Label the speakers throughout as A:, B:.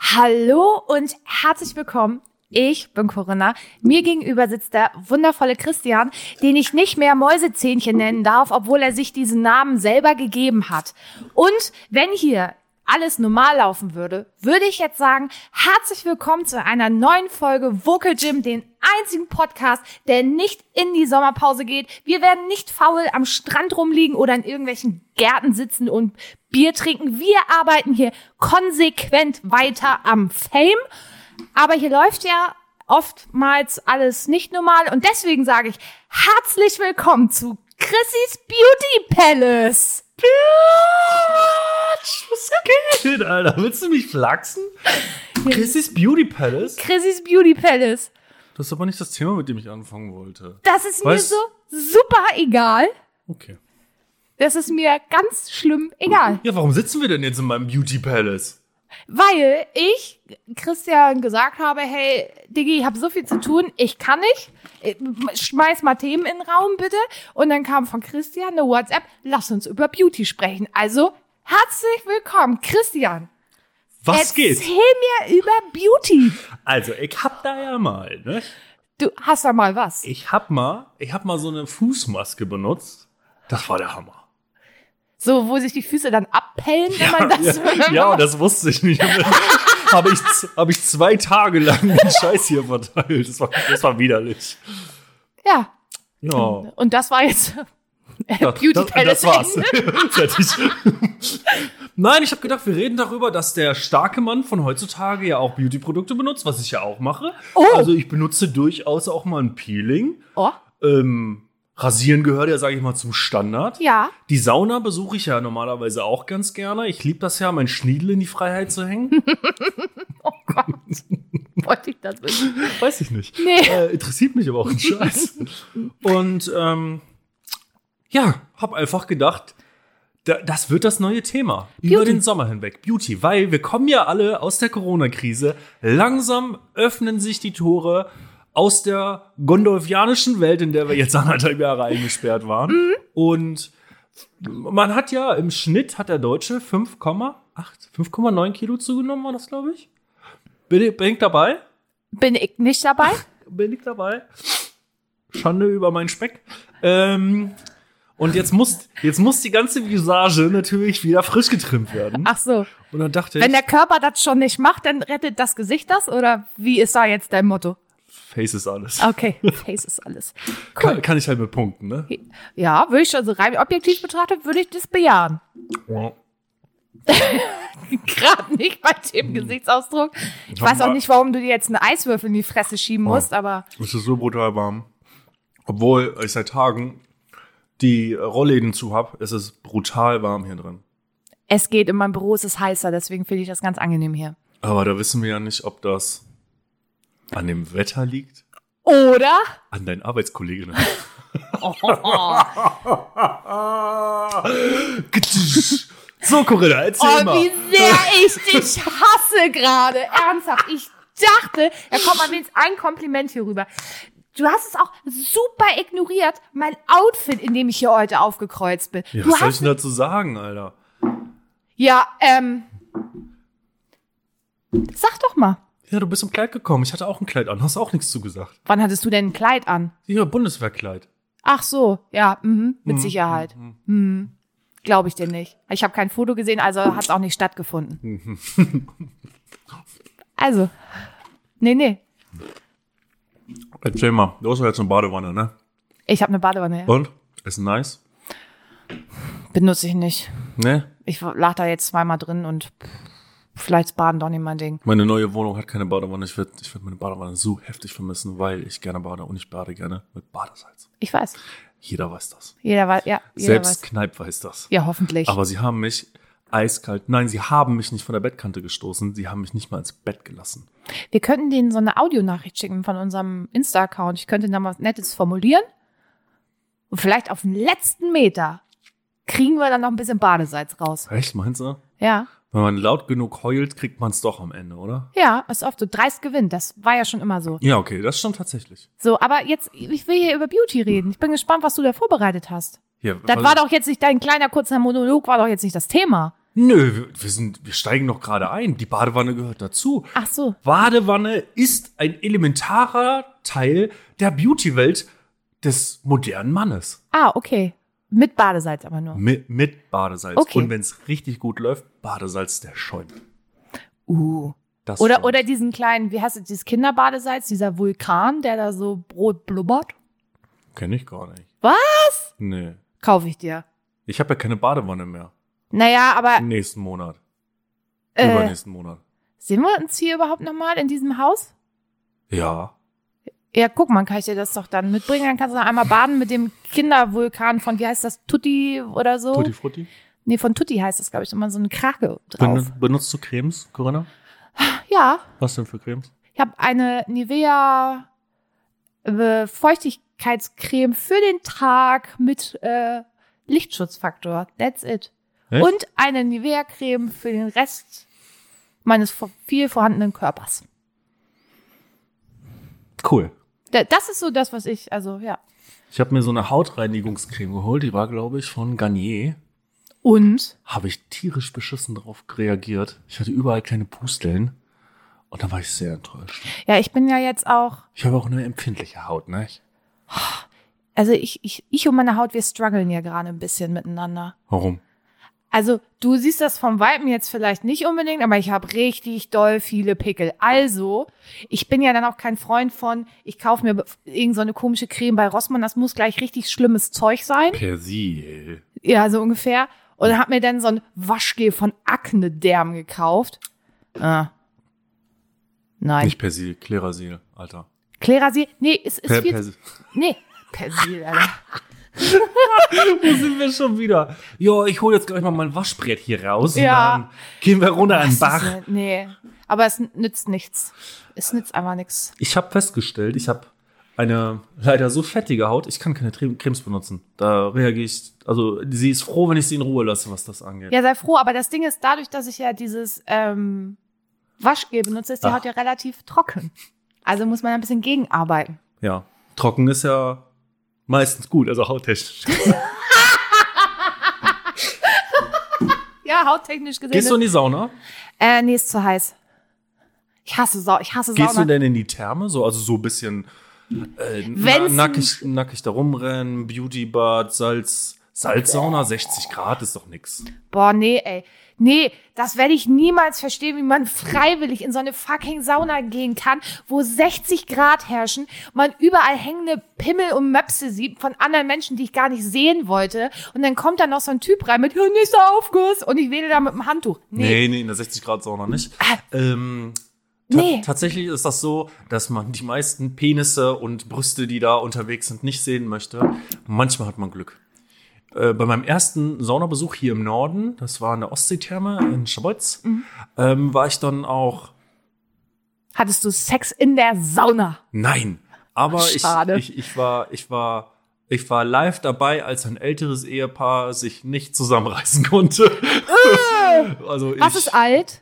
A: Hallo und herzlich willkommen. Ich bin Corinna. Mir gegenüber sitzt der wundervolle Christian, den ich nicht mehr Mäusezähnchen nennen darf, obwohl er sich diesen Namen selber gegeben hat. Und wenn hier alles normal laufen würde, würde ich jetzt sagen, herzlich willkommen zu einer neuen Folge Vocal Gym, den einzigen Podcast, der nicht in die Sommerpause geht. Wir werden nicht faul am Strand rumliegen oder in irgendwelchen Gärten sitzen und Bier trinken. Wir arbeiten hier konsequent weiter am Fame. Aber hier läuft ja oftmals alles nicht normal und deswegen sage ich herzlich willkommen zu Chrissys Beauty Palace.
B: Bitch, was geht, Alter? Willst du mich flachsen? Chrissys Beauty Palace?
A: Chrissys Beauty Palace.
B: Das ist aber nicht das Thema, mit dem ich anfangen wollte.
A: Das ist
B: Weißt-
A: mir so super egal.
B: Okay.
A: Das ist mir ganz schlimm egal.
B: Ja, warum sitzen wir denn jetzt in meinem Beauty Palace?
A: Weil ich Christian gesagt habe, hey, Diggi, ich habe so viel zu tun, ich kann nicht. Äh, Schmeiß mal Themen in den Raum, bitte. Und dann kam von Christian eine WhatsApp, lass uns über Beauty sprechen. Also, herzlich willkommen, Christian.
B: Was geht?
A: Erzähl mir über Beauty.
B: Also, ich hab da ja mal, ne?
A: Du hast da mal was.
B: Ich hab mal, ich hab mal so eine Fußmaske benutzt. Das war der Hammer.
A: So, wo sich die Füße dann abpellen, wenn man Oh das
B: ja, ja, das wusste ich nicht. Habe ich, z- hab ich zwei Tage lang den Scheiß hier verteilt. Das war, das war widerlich.
A: ja.
B: Ja.
A: Und das war jetzt
B: Ja,
A: Beauty
B: das,
A: Palace
B: das war's. Fertig. Nein, ich habe gedacht, wir reden darüber, dass der starke Mann von heutzutage ja auch Beauty-Produkte benutzt, was ich ja auch mache.
A: Oh.
B: Also ich benutze durchaus auch mal ein Peeling.
A: Oh,
B: Ähm, Rasieren gehört ja, sage ich mal, zum Standard.
A: ja.
B: Die Sauna besuche ich ja normalerweise auch ganz gerne. Ich liebe das ja, meinen Schniedel in die Freiheit zu hängen.
A: Wollte ich das wissen.
B: Weiß ich nicht.
A: Nee.
B: Äh, interessiert mich aber auch ein Scheiß. Und ähm, ja, hab einfach gedacht, da, das wird das neue Thema über
A: Beauty.
B: den Sommer hinweg. Beauty, weil wir kommen ja alle aus der Corona-Krise. Langsam öffnen sich die Tore aus der gondolfianischen Welt, in der wir jetzt anderthalb Jahre eingesperrt waren. Und man hat ja im Schnitt hat der Deutsche 5,8, 5,9 Kilo zugenommen, war das, glaube ich. Bin ich, bin ich dabei?
A: Bin ich nicht dabei?
B: bin ich dabei. Schande über meinen Speck. Ähm, und jetzt muss, jetzt muss die ganze Visage natürlich wieder frisch getrimmt werden.
A: Ach so.
B: Und dann dachte
A: Ah, Wenn
B: ich,
A: der Körper das schon nicht macht, dann rettet das Gesicht das? Oder wie ist da jetzt dein Motto?
B: Face ist alles.
A: Okay, Face ist alles.
B: Kann, kann ich halt mit Punkten, ne?
A: Ja, würde ich also rein objektiv betrachtet, würde ich das bejahen. Gerade nicht bei dem Gesichtsausdruck. Ich weiß auch nicht, warum du dir jetzt einen Eiswürfel in die Fresse schieben musst, aber
B: Es ist so brutal warm. Obwohl ich seit Tagen die Rollläden zu habe, es ist brutal warm hier drin.
A: es geht in meinem Büro, es ist heißer, deswegen finde ich das ganz angenehm hier.
B: Aber da wissen wir ja nicht, ob das an dem Wetter liegt,
A: Oder?
B: an deinen Arbeitskolleginnen. so, Corinna, erzähl
A: Oh,
B: mal.
A: wie sehr ich dich hasse gerade. Ernsthaft. Ich dachte, da kommt mal wenigstens ein Kompliment hier rüber. Du hast es auch super ignoriert, mein Outfit, in dem ich hier heute aufgekreuzt bin.
B: Ja,
A: du
B: was soll ich
A: hast
B: denn dazu sagen, Alter?
A: ja, ähm. Sag doch mal,
B: Ja, du bist im Kleid gekommen. Ich hatte auch ein Kleid an. Hast auch nichts zugesagt.
A: wann hattest du denn ein Kleid an?
B: Ja, Bundeswehrkleid.
A: Ach so, ja, mhm, mit Sicherheit. Mhm. Glaube ich dir nicht. Ich habe kein Foto gesehen, also hat es auch nicht stattgefunden.
B: Mhm.
A: also, nee, nee,
B: Erzähl mal. Du hast doch jetzt eine Badewanne, ne?
A: Ich habe eine Badewanne. ja.
B: Und? Ist nice?
A: Benutze ich nicht.
B: Ne?
A: Ich lag da jetzt zweimal drin und pff, vielleicht ist baden doch nicht mein Ding.
B: Meine neue Wohnung hat keine Badewanne. Ich werde ich werd meine Badewanne so heftig vermissen, weil ich gerne bade und ich bade gerne mit Badesalz.
A: Ich weiß.
B: Jeder weiß das.
A: Jeder weiß, ja, jeder
B: Selbst
A: weiß.
B: Kneip weiß das.
A: Ja, hoffentlich.
B: Aber sie haben mich eiskalt, nein, sie haben mich nicht von der Bettkante gestoßen, sie haben mich nicht mal ins Bett gelassen.
A: Wir könnten denen so eine Audionachricht schicken von unserem Insta-Account. Ich könnte da mal was Nettes formulieren. Und vielleicht auf den letzten Meter kriegen wir dann noch ein bisschen Badesalz raus.
B: Echt, meinst du?
A: Ja.
B: Wenn man laut genug heult, kriegt man es doch am Ende, oder?
A: Ja, ist oft so. Dreist gewinnt. Das war ja schon immer so.
B: Ja, okay, das stimmt tatsächlich.
A: So, aber jetzt, ich will hier über Beauty reden. Ich bin gespannt, was du da vorbereitet hast.
B: Hier,
A: Das
B: was-
A: war doch jetzt nicht dein kleiner kurzer Monolog, war doch jetzt nicht das Thema.
B: Nö, wir- wir, sind, wir steigen noch gerade ein. Die Badewanne gehört dazu.
A: Ach so.
B: Badewanne ist ein elementarer Teil der Beauty-Welt des modernen Mannes.
A: Ah, okay. Mit Badesalz aber nur.
B: Mit, mit Badesalz.
A: Okay.
B: Und wenn es richtig gut läuft, Badesalz der Schäume.
A: Uh.
B: Das
A: Oder,
B: schon.
A: oder diesen kleinen, wie heißt es, dieses Kinderbadesalz, dieser Vulkan, der da so brot blubbert.
B: Kenn ich gar nicht.
A: Was?
B: Nee.
A: Kaufe ich dir.
B: Ich habe ja keine Badewanne mehr.
A: Naja, aber
B: Im nächsten Monat.
A: äh,
B: Übernächsten Monat.
A: sehen wir uns hier überhaupt nochmal in diesem Haus?
B: Ja.
A: Ja, guck mal, kann ich dir das doch dann mitbringen. Dann kannst du noch einmal baden mit dem Kindervulkan von, wie heißt das, Tutti oder so?
B: Tutti Frutti.
A: Nee, von Tutti heißt das, glaube ich, immer so eine Krake drauf.
B: Ben, benutzt du Cremes, Corinna?
A: Ja,
B: Was denn für Cremes?
A: ich habe eine Nivea äh, Feuchtigkeitscreme für den Tag mit äh, Lichtschutzfaktor. That's it.
B: Echt?
A: Und eine Nivea-Creme für den Rest meines vor- viel vorhandenen Körpers.
B: Cool.
A: Da- Das ist so das, was ich, also ja.
B: Ich habe mir so eine Hautreinigungscreme geholt, die war, glaube ich, von Garnier.
A: Und?
B: Habe ich tierisch beschissen drauf reagiert. Ich hatte überall kleine Pusteln. Und da war ich sehr enttäuscht.
A: Ja, ich bin ja jetzt auch,
B: Ich habe auch eine empfindliche Haut, ne?
A: also ich, ich, ich und meine Haut, wir strugglen ja gerade ein bisschen miteinander.
B: Warum?
A: Also, du siehst das vom Weiben jetzt vielleicht nicht unbedingt, aber ich habe richtig doll viele Pickel. Also, ich bin ja dann auch kein Freund von, ich kaufe mir irgend so eine komische Creme bei Rossmann, das muss gleich richtig schlimmes Zeug sein.
B: Persil.
A: Ja, so ungefähr. Und habe mir dann so ein Waschgel von Akne Derm gekauft. Ah. Nein.
B: Nicht Persil, Klerasil, Alter.
A: Klerasil, nee, es ist
B: Per,
A: viel.
B: Persil.
A: Nee, Persil, Alter.
B: Wo sind wir schon wieder? Jo, ich hole jetzt gleich mal mein Waschbrett hier raus.
A: Ja.
B: Und dann gehen wir runter an den
A: Das
B: Bach.
A: ist ja- Nee, aber es nützt nichts. Es nützt einfach nichts.
B: Ich habe festgestellt, ich habe eine leider so fettige Haut, ich kann keine Tre- Cremes benutzen. Da reagiere ich, also sie ist froh, wenn ich sie in Ruhe lasse, was das angeht.
A: Ja, sei froh, aber das Ding ist, dadurch, dass ich ja dieses ähm, Waschgel benutze, ist die
B: Ach.
A: Haut ja relativ trocken. Also muss man ein bisschen gegenarbeiten.
B: Ja, trocken ist ja meistens gut, also hauttechnisch.
A: Ja, hauttechnisch gesehen.
B: Gehst du in die Sauna?
A: äh, nee, ist zu heiß. Ich hasse Sau, ich hasse
B: Gehst du
A: Sauna.
B: denn in die Therme? So, also so ein bisschen äh, na,
A: Wenn's-
B: nackig, nackig da rumrennen, Beautybad, Salz, Salzsauna, 60 Grad ist doch nix.
A: Boah, nee, ey. Nee, das werde ich niemals verstehen, wie man freiwillig in so eine fucking Sauna gehen kann, wo 60 Grad herrschen, man überall hängende Pimmel und Möpse sieht von anderen Menschen, die ich gar nicht sehen wollte. Und dann kommt da noch so ein Typ rein mit, ja, nächster Aufguss. Und ich wedel da mit dem Handtuch. Nee, Ah.
B: Nee, nee, in der 60 Grad Sauna nicht. Ähm, ta
A: nee.
B: Tatsächlich ist das so, dass man die meisten Penisse und Brüste, die da unterwegs sind, nicht sehen möchte. Manchmal hat man Glück. Äh, bei meinem ersten Saunabesuch hier im Norden, das war in der Ostseetherme in Schabotz,
A: Mhm.
B: ähm, war ich dann auch,
A: Hattest du Sex in der Sauna?
B: nein, aber ich,
A: Schade.
B: ich, ich war, ich war, ich war live dabei, als ein älteres Ehepaar sich nicht zusammenreißen konnte. also
A: Äh. Was
B: ich,
A: ist alt?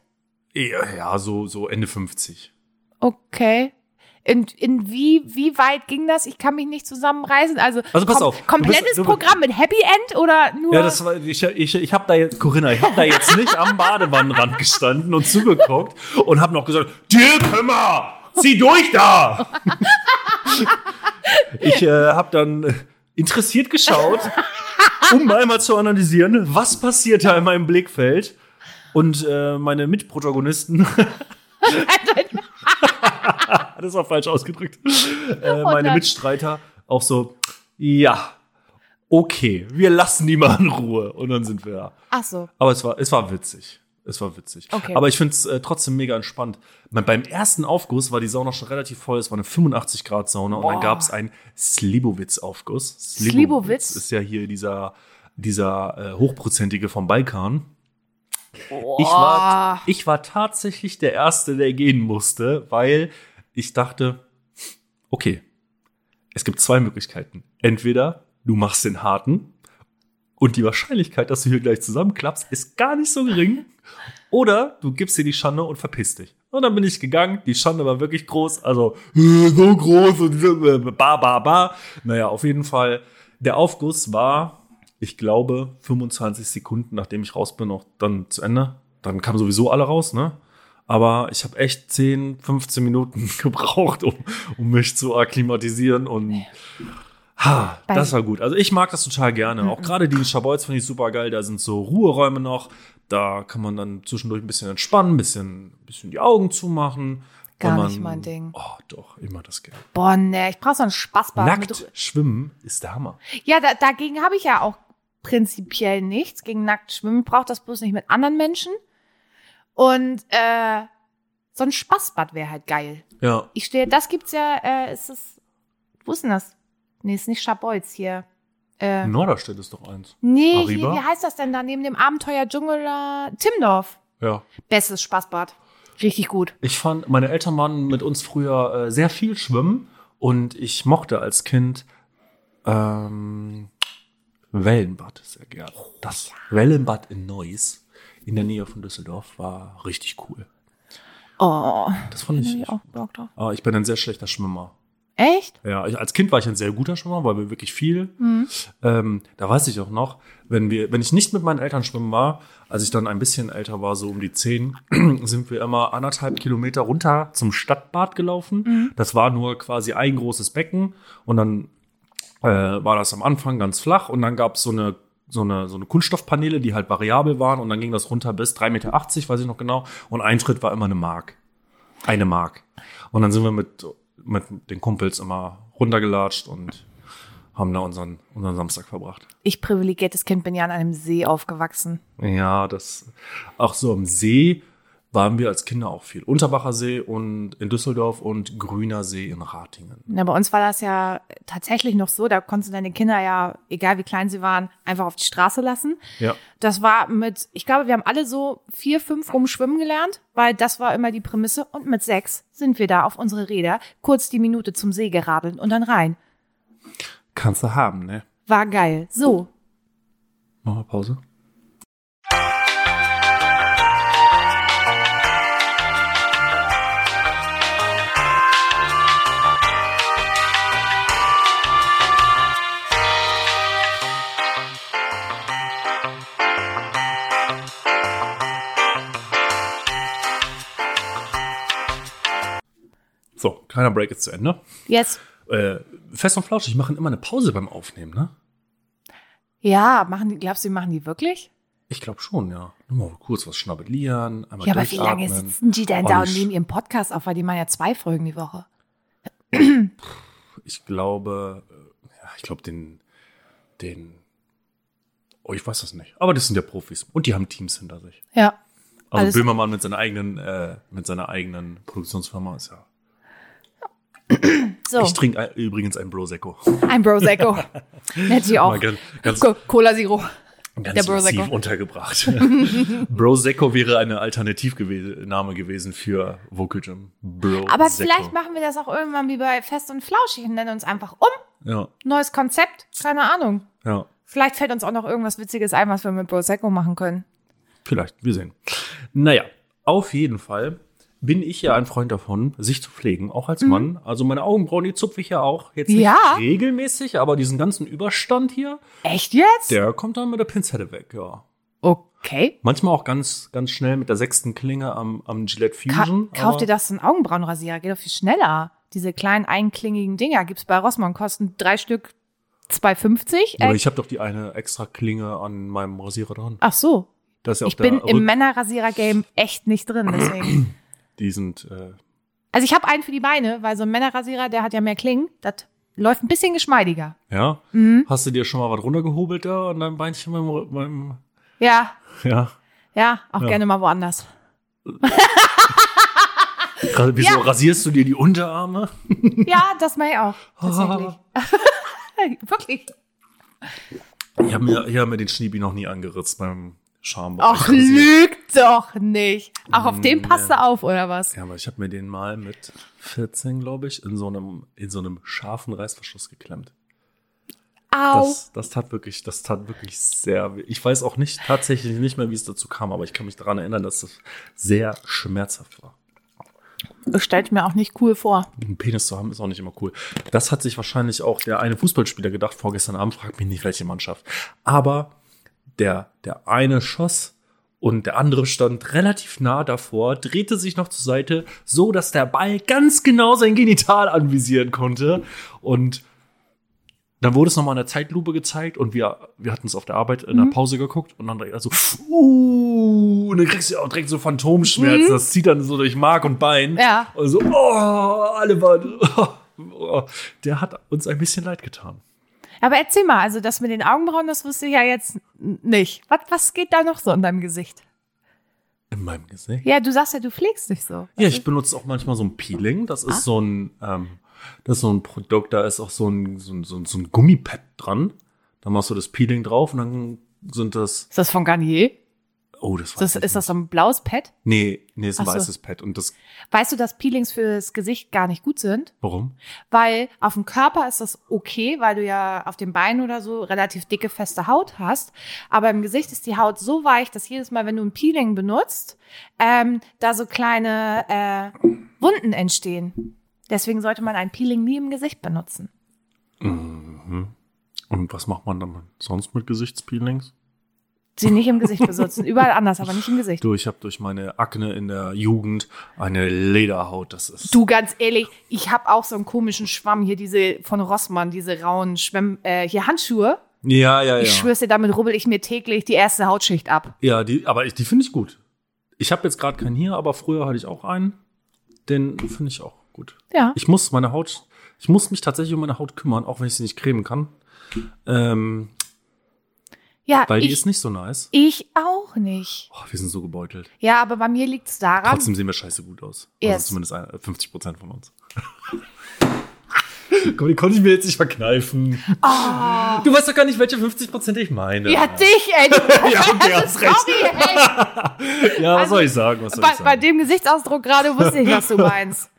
B: Ja, ja, so, so Ende 50.
A: Okay. In, in wie, wie weit ging das? Ich kann mich nicht zusammenreißen. Also,
B: Also pass auf, du
A: komplettes
B: bist- du-
A: Programm mit Happy End oder nur?
B: Ja, das war, ich, ich, ich habe da jetzt, Corinna, ich habe da jetzt nicht am Badewannenrand gestanden und zugeguckt und habe noch gesagt, Dirk, hör mal, zieh durch da. ich äh, habe dann äh, interessiert geschaut, um einmal zu analysieren, was passiert da in meinem Blickfeld. Und äh, meine Mitprotagonisten, das war falsch ausgedrückt, äh,
A: Oh
B: meine
A: nein.
B: Mitstreiter auch so, ja, okay, wir lassen die mal in Ruhe. Und dann sind wir da.
A: Ach so.
B: Aber es war, es war witzig. Es war witzig.
A: Okay.
B: Aber ich finde es äh, trotzdem mega entspannt. Mein, beim ersten Aufguss war die Sauna schon relativ voll. Es war eine 85-Grad-Sauna und dann
A: Boah.
B: gab es einen Slibowitz-Aufguss.
A: Slibowitz?
B: ist ja hier dieser, dieser äh, Hochprozentige vom Balkan. Ich war, ich war tatsächlich der Erste, der gehen musste, weil ich dachte, okay, es gibt zwei Möglichkeiten. Entweder du machst den harten und die Wahrscheinlichkeit, dass du hier gleich zusammenklappst, ist gar nicht so gering. Oder du gibst dir die Schande und verpisst dich. Und dann bin ich gegangen. Die Schande war wirklich groß. Also äh, so groß und äh, ba, ba, ba. Naja, auf jeden Fall. Der Aufguss war ich glaube, 25 Sekunden, nachdem ich raus bin, auch dann zu Ende. Dann kamen sowieso alle raus, ne? Aber ich habe echt 10, 15 Minuten gebraucht, um, um mich zu akklimatisieren und ha,
A: Bei- Mhm.
B: das war gut. Also ich mag das total gerne. Auch gerade die in Schabolz finde ich super geil. Da sind so Ruheräume noch. Da kann man dann zwischendurch ein bisschen entspannen, ein bisschen, ein bisschen die Augen zumachen.
A: Gar
B: Wenn man,
A: nicht mein Ding.
B: Oh, doch, immer das gerne.
A: Boah, ne, ich brauch so einen Spaßbad.
B: Nackt schwimmen ist der Hammer.
A: Ja, da, dagegen habe ich ja auch prinzipiell nichts gegen nackt schwimmen. Braucht das bloß nicht mit anderen Menschen. Und äh, so ein Spaßbad wäre halt geil.
B: Ja.
A: Ich stehe, das gibt's ja, äh, ist es, wo ist denn das? Nee, ist nicht Schabolz hier. Äh,
B: In Norderstedt ist doch eins.
A: nee, hier,
B: Arriba?
A: wie heißt das denn da neben dem Abenteuer Dschungel? Äh, Timdorf.
B: Ja.
A: Bestes Spaßbad. Richtig gut.
B: Ich fand, meine Eltern waren mit uns früher äh, sehr viel schwimmen und ich mochte als Kind ähm, Wellenbad sehr gern. Das Wellenbad in Neuss in der Nähe von Düsseldorf war richtig cool.
A: Oh,
B: Das fand
A: hab
B: ich.
A: ich auch Bock drauf.
B: Aber ich bin ein sehr schlechter Schwimmer.
A: Echt?
B: Ja, ich, als Kind war ich ein sehr guter Schwimmer, weil wir wirklich viel. Ähm, da weiß ich auch noch, wenn wir, wenn ich nicht mit meinen Eltern schwimmen war, als ich dann ein bisschen älter war, so um die zehn, sind wir immer anderthalb Kilometer runter zum Stadtbad gelaufen. Das war nur quasi ein großes Becken und dann äh, war das am Anfang ganz flach und dann gab's so eine so eine, so eine Kunststoffpaneele, die halt variabel waren und dann ging das runter bis 3,80 Meter, weiß ich noch genau. Und Eintritt war immer eine Mark. Eine Mark. Und dann sind wir mit, mit den Kumpels immer runtergelatscht und haben da unseren, unseren Samstag verbracht.
A: Ich privilegiertes Kind bin ja an einem See aufgewachsen.
B: Ja, das auch so am See waren wir als Kinder auch viel. Unterbacher See und in Düsseldorf und Grüner See in Ratingen.
A: Na, bei uns war das ja tatsächlich noch so, da konntest du deine Kinder ja, egal wie klein sie waren, einfach auf die Straße lassen.
B: Ja.
A: Das war mit, ich glaube, wir haben alle so vier, fünf rumschwimmen gelernt, weil das war immer die Prämisse. Und mit sechs sind wir da auf unsere Räder, kurz die Minute zum See geradelt und dann rein.
B: Kannst du haben, ne?
A: War geil. So.
B: Machen wir Pause. So, kleiner Break ist zu Ende.
A: Jetzt.
B: Äh, fest und flauschig machen immer eine Pause beim Aufnehmen, ne?
A: Ja, machen die, glaubst du, die machen die wirklich?
B: Ich glaube schon, ja. Nur mal kurz was schnabbelieren, einmal
A: Ja, aber wie
B: durchatmen. Also
A: lange sitzen die denn da und
B: Und-
A: nehmen ihren Podcast auf, weil die machen ja zwei Folgen die Woche.
B: Ich glaube, äh, ja, ich glaube den, den, oh, ich weiß das nicht. Aber das sind ja Profis und die haben Teams hinter sich.
A: Ja.
B: Also
A: Alles-
B: Böhmermann mit seiner eigenen, äh, mit seiner eigenen Produktionsfirma ist ja.
A: So,
B: Ich trinke ein- übrigens ein Prosecco.
A: ein Brosecco. Nettie auch.
B: Mal ganz, ganz,
A: Co- Cola Zero. der
B: ganz
A: Prosecco.
B: massiv untergebracht. Prosecco wäre eine Alternativname gewesen für Vocal Gym. Bro
A: Aber vielleicht machen wir das auch irgendwann wie bei Fest und Flauschig und nennen uns einfach um.
B: Ja,
A: Neues Konzept, keine Ahnung.
B: ja.
A: Vielleicht fällt uns auch noch irgendwas Witziges ein, was wir mit Prosecco machen können.
B: Vielleicht, wir sehen. Naja, auf jeden Fall bin ich ja ein Freund davon, sich zu pflegen, auch als Mann. Also meine Augenbrauen, die zupfe ich ja auch. Jetzt nicht
A: Mhm. Ja.
B: regelmäßig, aber diesen ganzen Überstand hier,
A: Echt jetzt?
B: der kommt dann mit der Pinzette weg, ja.
A: Okay.
B: Manchmal auch ganz, ganz schnell mit der sechsten Klinge am, am Gillette
A: Ka
B: Fusion.
A: kauf
B: Mhm, aber-
A: dir das so einen Augenbrauenrasierer, geht doch viel schneller. Diese kleinen einklingigen Dinger gibt's bei Rossmann, kosten drei Stück 2,50.
B: Aber
A: Äh,
B: ich habe doch die eine extra Klinge an meinem Rasierer dran.
A: ach so.
B: Das ist ja auch
A: Ich bin
B: der
A: im
B: Rück-
A: Männerrasierer-Game echt nicht drin, deswegen.
B: Die sind, äh,
A: Also ich habe einen für die Beine, weil so ein Männerrasierer, der hat ja mehr Klingen. Das läuft ein bisschen geschmeidiger.
B: ja.
A: Mhm.
B: Hast du dir schon mal was runtergehobelt da an deinem Beinchen beim, Ru- beim
A: Ja,
B: ja.
A: ja, auch
B: Ja.
A: gerne mal woanders.
B: Ra- Wieso
A: Ja.
B: rasierst du dir die Unterarme?
A: Ja, das mache ich auch. Tatsächlich. Wirklich.
B: Ich habe mir, ich hab mir den Schniebi noch nie angeritzt beim Schambereich.
A: Ach,
B: rasiert.
A: lügt doch nicht. Auch auf den passt du auf, oder was?
B: Mm, Ja, aber ich habe mir den mal mit 14, glaube ich, in so, einem, in so einem scharfen Reißverschluss geklemmt.
A: Au.
B: Das, das tat wirklich, das tat wirklich sehr weh. Ich weiß auch nicht, tatsächlich nicht mehr, wie es dazu kam, aber ich kann mich daran erinnern, dass das sehr schmerzhaft war.
C: Das stelle ich mir auch nicht cool vor.
B: Einen um Penis zu haben ist auch nicht immer cool. Das hat sich wahrscheinlich auch der eine Fußballspieler gedacht vorgestern Abend, fragt mich nicht welche Mannschaft. Aber der, der eine schoss und der andere stand relativ nah davor, drehte sich noch zur Seite, so dass der Ball ganz genau sein Genital anvisieren konnte. Und dann wurde es nochmal in der Zeitlupe gezeigt und wir, wir hatten es auf der Arbeit in der Pause geguckt und dann direkt also, uh, und dann kriegst du auch direkt so Phantomschmerzen. Das zieht dann so durch Mark und Bein.
A: Ja.
B: Und so, oh, alle waren, oh, der hat uns ein bisschen leid getan.
A: Aber erzähl mal, also das mit den Augenbrauen, das wusste ich ja jetzt n- nicht. Was, was geht da noch so in deinem Gesicht?
B: In meinem Gesicht.
A: Ja, du sagst ja, du pflegst dich so.
B: Ja, ich benutze auch manchmal so ein Peeling. Das ist
A: Ah.
B: so ein, ähm, das ist so ein Produkt, da ist auch so ein, so ein, so ein, so ein Gummipad dran. Da machst du das Peeling drauf und dann sind das,
A: Ist das von Garnier?
B: oh, das
A: Ist das,
B: weiß ich
A: ist das
B: nicht.
A: so ein blaues Pad?
B: Nee, nee, ist ein
A: Ach so.
B: weißes Pad. Und das,
A: Weißt du, dass Peelings fürs Gesicht gar nicht gut sind?
B: warum?
A: Weil auf dem Körper ist das okay, weil du ja auf den Beinen oder so relativ dicke, feste Haut hast. Aber im Gesicht ist die Haut so weich, dass jedes Mal, wenn du ein Peeling benutzt, ähm, da so kleine äh, Wunden entstehen. Deswegen sollte man ein Peeling nie im Gesicht benutzen.
B: Und was macht man dann sonst mit Gesichtspeelings?
A: Sie nicht im Gesicht benutzen. Überall anders, aber nicht im Gesicht.
B: Du, ich habe durch meine Akne in der Jugend eine Lederhaut. Das ist.
A: Du, ganz ehrlich, ich habe auch so einen komischen Schwamm hier, diese von Rossmann, diese rauen Schwemm, äh, hier Handschuhe.
B: Ja, ja, ja.
A: Ich schwör's dir, damit rubbel ich mir täglich die erste Hautschicht ab.
B: Ja, die, aber ich, die finde ich gut. Ich habe jetzt gerade keinen hier, aber früher hatte ich auch einen. Den finde ich auch gut.
A: Ja.
B: Ich muss meine Haut, ich muss mich tatsächlich um meine Haut kümmern, auch wenn ich sie nicht cremen kann. Ähm,
A: Ja,
B: weil die
A: ich,
B: ist nicht so nice.
A: ich auch nicht.
B: Oh, wir sind so gebeutelt.
A: Ja, aber bei mir liegt's daran.
B: Trotzdem sehen wir scheiße gut aus.
A: Yes.
B: Also zumindest ein- äh, 50 Prozent von uns. Komm, die konnte ich mir jetzt nicht verkneifen. Du weißt doch gar nicht, welche 50 Prozent ich meine.
A: Ah. Ja, dich, ey. Du,
B: Ja, okay, hast recht.
A: Sorry, ey.
B: Ja, was
A: Also,
B: soll ich sagen? Was soll ich
A: Bei,
B: sagen?
A: bei dem Gesichtsausdruck gerade wusste ich, was du meinst.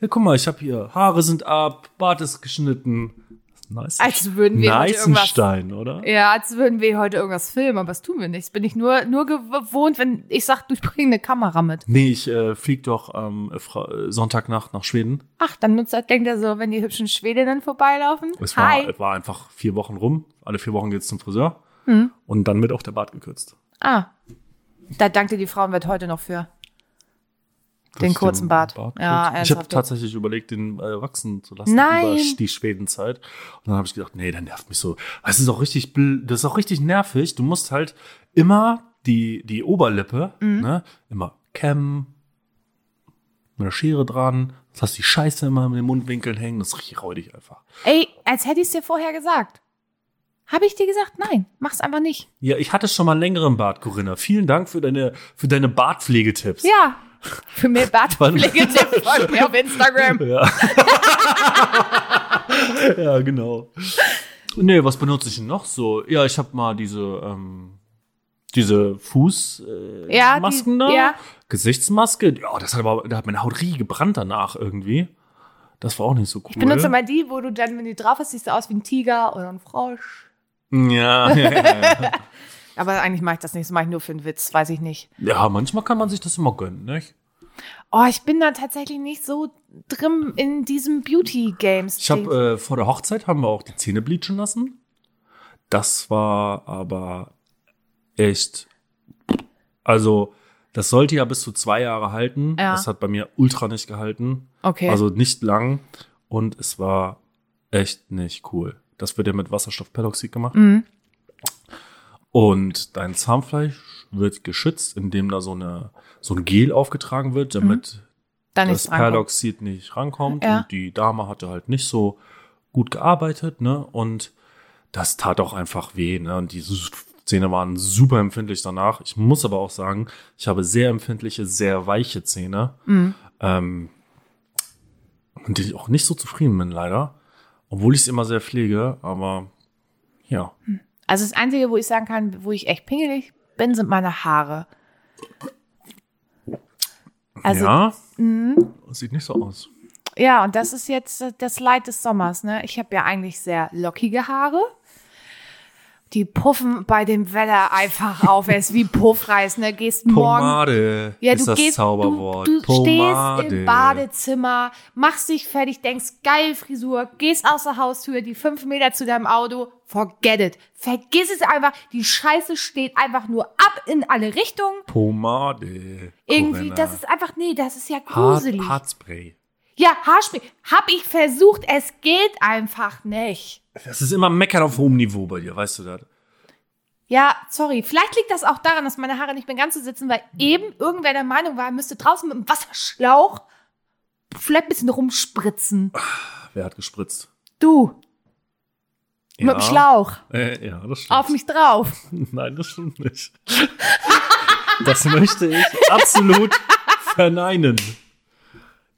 B: Ja, guck mal, ich habe hier Haare sind ab, Bart ist geschnitten. Nice.
A: Als würden wir heute irgendwas-
B: Neißenstein, oder?
A: Ja, als würden wir heute irgendwas filmen, aber das tun wir nicht. Das bin ich nur, nur gewohnt, wenn ich sag, du bring eine Kamera mit.
B: Nee, ich äh, flieg doch ähm, Fra- äh, Sonntagnacht nach Schweden.
A: Ach, dann nutzt er, denkt er so, wenn die hübschen Schwedinnen vorbeilaufen.
B: Es war,
A: Hi.
B: es war einfach vier Wochen rum. Alle vier Wochen geht's zum Friseur.
A: Hm.
B: Und dann wird auch der Bart gekürzt.
A: Ah. Da dankt dir die Frauenwelt heute noch für.
B: Dass
A: Den
B: ich
A: kurzen Bart. Ja,
B: ja, ich habe
A: ernsthaft.
B: tatsächlich überlegt, den äh, wachsen zu lassen
A: Nein.
B: über die Schwedenzeit. Und dann habe ich gedacht, nee, der nervt mich so. Das ist auch richtig, bl- das ist auch richtig nervig. Du musst halt immer die die Oberlippe,
A: Mhm.
B: ne, immer kämmen, mit der Schere dran. Das hast die Scheiße immer in den Mundwinkeln hängen. Das ist richtig räudig einfach.
A: Ey, als hätte ich es dir vorher gesagt. Habe ich dir gesagt, nein, mach's einfach nicht.
B: Ja, ich hatte schon mal einen längeren Bart, Corinna. Vielen Dank für deine für deine Bartpflegetipps.
A: Ja. Für mehr Bartpflegetipp folgt mir auf Instagram.
B: Ja. ja, genau. Nee, was benutze ich denn noch so? Ja, ich habe mal diese, ähm, diese Fußmasken äh,
A: Ja, die-
B: Masken da.
A: ja.
B: Gesichtsmaske. Ja, das hat aber, da hat meine Haut richtig gebrannt danach irgendwie. Das war auch nicht so cool.
A: Ich benutze mal die, wo du dann, wenn du drauf hast, siehst du aus wie ein Tiger oder ein Frosch.
B: Ja, ja, ja, ja.
A: Aber eigentlich mache ich das nicht, das mache ich nur für einen Witz, weiß ich nicht.
B: ja, manchmal kann man sich das immer gönnen, nicht?
A: Oh, ich bin da tatsächlich nicht so drin in diesem Beauty-Games.
B: Ich habe äh, vor der Hochzeit haben wir auch die Zähne bleachen lassen. Das war aber echt. Also, das sollte ja bis zu zwei Jahre halten.
A: Ja.
B: Das hat bei mir ultra nicht gehalten.
A: okay.
B: Also nicht lang. Und es war echt nicht cool. Das wird ja mit Wasserstoffperoxid gemacht.
A: Mhm. Und
B: Und dein Zahnfleisch wird geschützt, indem da so, eine, so ein Gel aufgetragen wird,
A: Mhm.
B: damit
A: dann
B: das
A: ist dran.
B: Perloxid nicht rankommt.
A: Ja.
B: Und die Dame hatte halt nicht so gut gearbeitet, ne? Und das tat auch einfach weh, ne? Und die Su- Zähne waren super empfindlich danach. Ich muss aber auch sagen, ich habe sehr empfindliche, sehr weiche Zähne.
A: Mhm.
B: Ähm, und die ich auch nicht so zufrieden bin, leider. Obwohl ich es immer sehr pflege, aber ja.
A: Also das Einzige, wo ich sagen kann, wo ich echt pingelig bin, sind meine Haare. Also
B: ja,
A: mh,
B: sieht nicht so aus.
A: ja, und das ist jetzt äh, das Leid des Sommers. Ne? Ich habe ja eigentlich sehr lockige Haare. Die puffen bei dem Wetter einfach auf. Er ist wie Puffreis, ne? Gehst morgen.
B: Pomade
A: Ja,
B: ist
A: du
B: das
A: gehst,
B: Zauberwort.
A: du, du stehst
B: Pomade.
A: im Badezimmer, machst dich fertig, denkst, geil Frisur, gehst aus der Haustür, die fünf Meter zu deinem Auto, forget it. Vergiss es einfach, die Scheiße steht einfach nur ab in alle Richtungen.
B: Pomade.
A: Irgendwie,
B: Corinna.
A: das ist einfach, nee, das ist ja
B: Hart,
A: gruselig.
B: Hartspray.
A: Ja, Haarspray, hab ich versucht, es geht einfach nicht.
B: Das ist immer meckern auf hohem Niveau bei dir, weißt du das?
A: Ja, sorry. Vielleicht liegt das auch daran, dass meine Haare nicht mehr ganz so sitzen, weil eben irgendwer der Meinung war, er müsste draußen mit dem Wasserschlauch vielleicht ein bisschen rumspritzen.
B: Wer hat gespritzt?
A: Du,
B: Ja.
A: mit dem Schlauch.
B: Äh, ja, das stimmt.
A: Auf mich drauf.
B: Nein, das stimmt nicht. Das möchte ich absolut verneinen.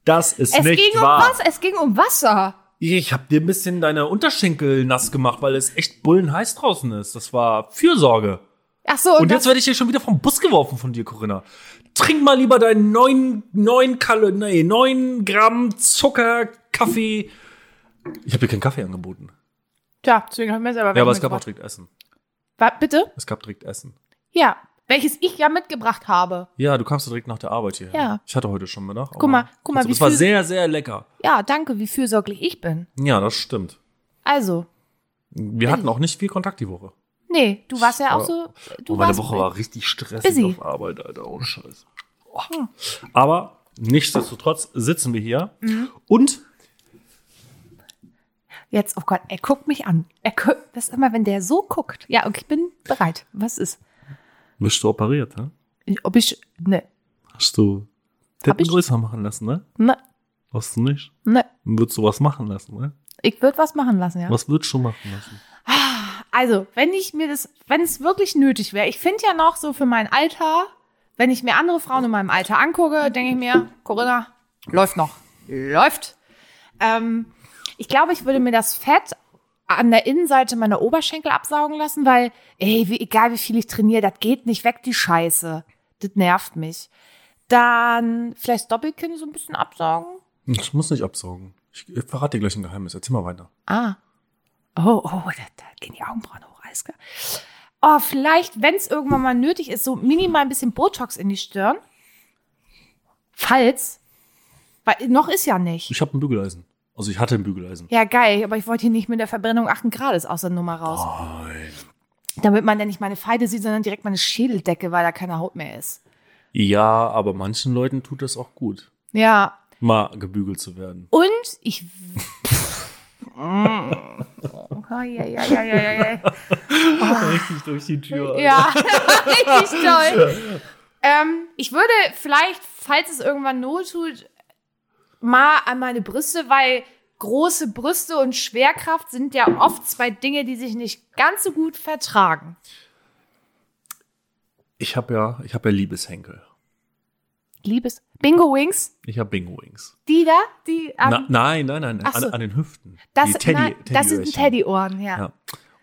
B: Das ist
A: Es
B: nicht
A: ging
B: wahr.
A: um was? Es ging um Wasser.
B: Ich hab dir ein bisschen deine Unterschenkel nass gemacht, weil es echt bullenheiß draußen ist. Das war Fürsorge.
A: Ach so,
B: Und
A: das,
B: jetzt werde ich hier schon wieder vom Bus geworfen von dir, Corinna. Trink mal lieber deinen neun, neun, Kalo, nee, neun Gramm Zucker, Kaffee. Ich habe dir keinen Kaffee angeboten.
C: Tja, deswegen haben wir selber
B: Ja, aber es gab auch
C: mitgebracht.
B: direkt Essen.
A: Wa- bitte?
B: Es gab direkt Essen.
A: Ja, welches ich ja mitgebracht habe.
B: Ja, du kamst ja direkt nach der Arbeit hierher.
A: Ja.
B: Ich hatte heute schon Mittag.
A: Guck mal, guck mal,
B: wie
A: wie
B: Es war
A: viel-
B: sehr, sehr lecker.
A: Ja, danke, wie fürsorglich ich bin.
B: Ja, das stimmt.
A: Also,
B: Wir hatten auch nicht viel Kontakt die Woche.
A: nee, du warst ja auch
B: Ja.
A: so. Du
B: Oh, meine
A: warst
B: Woche war richtig stressig
A: busy. Hm.
B: auf Arbeit, Alter. Oh, Scheiße. Oh. Aber nichtsdestotrotz sitzen wir hier.
A: Mhm.
B: Und
A: Jetzt, oh Gott, er guckt mich an. Er gu das ist immer, wenn der so guckt. Ja, okay, ich bin bereit. Was ist?
B: bist du operiert, ne?
A: Ob ich. Ne,
B: Hast du
A: Hab
B: Titten
A: ich-
B: größer machen lassen, ne?
A: ne,
B: Hast du nicht?
A: ne.
B: Würdest du was machen lassen, ne?
A: Ich würde was machen lassen, ja.
B: Was würdest du machen lassen?
A: Also, wenn ich mir das, wenn es wirklich nötig wäre, ich finde ja noch so für mein Alter, wenn ich mir andere Frauen in meinem Alter angucke, denke ich mir, Corinna, läuft noch. Läuft. Ähm, ich glaube, ich würde mir das Fett an der Innenseite meiner Oberschenkel absaugen lassen, weil, ey, wie, egal wie viel ich trainiere, das geht nicht weg, die Scheiße. Das nervt mich. Dann vielleicht Doppelkinn so ein bisschen absaugen.
B: Ich muss nicht absaugen. Ich, ich verrate dir gleich ein Geheimnis. Erzähl mal weiter.
A: Ah. Oh, oh, da, da gehen die Augenbrauen hoch, alles klar. Oh, vielleicht, wenn es irgendwann mal nötig ist, so minimal ein bisschen Botox in die Stirn. Falls. Weil noch ist ja nicht.
B: Ich habe ein Bügeleisen. Also ich hatte ein Bügeleisen.
A: Ja, geil, aber ich wollte hier nicht mit der Verbrennung 8 Grades aus der Nummer raus.
B: Nein.
A: Damit man dann nicht meine Feide sieht, sondern direkt meine Schädeldecke, weil da keine Haut mehr ist.
B: Ja, aber manchen Leuten tut das auch gut,
A: Ja.
B: mal gebügelt zu werden.
A: Und ich. Mm. Oh, ja, ja, ja, ja, ja, ja.
B: Richtig durch die Tür.
A: Ja, richtig toll. Ähm, ich würde vielleicht, falls es irgendwann Not tut, mal an meine Brüste, weil große Brüste und Schwerkraft sind ja oft zwei Dinge, die sich nicht ganz so gut vertragen.
B: Ich habe ja, ich habe ja Liebeshenkel.
A: Liebes Bingo Wings,
B: Ich habe Bingo Wings.
A: die da, die ähm,
B: Na, nein, nein, nein,
A: Ach
B: an,
A: so.
B: an den Hüften.
A: das,
B: Die Teddy-
A: nein, das sind
B: Teddyröhrchen.
A: Teddyohren, ja.
B: Ja.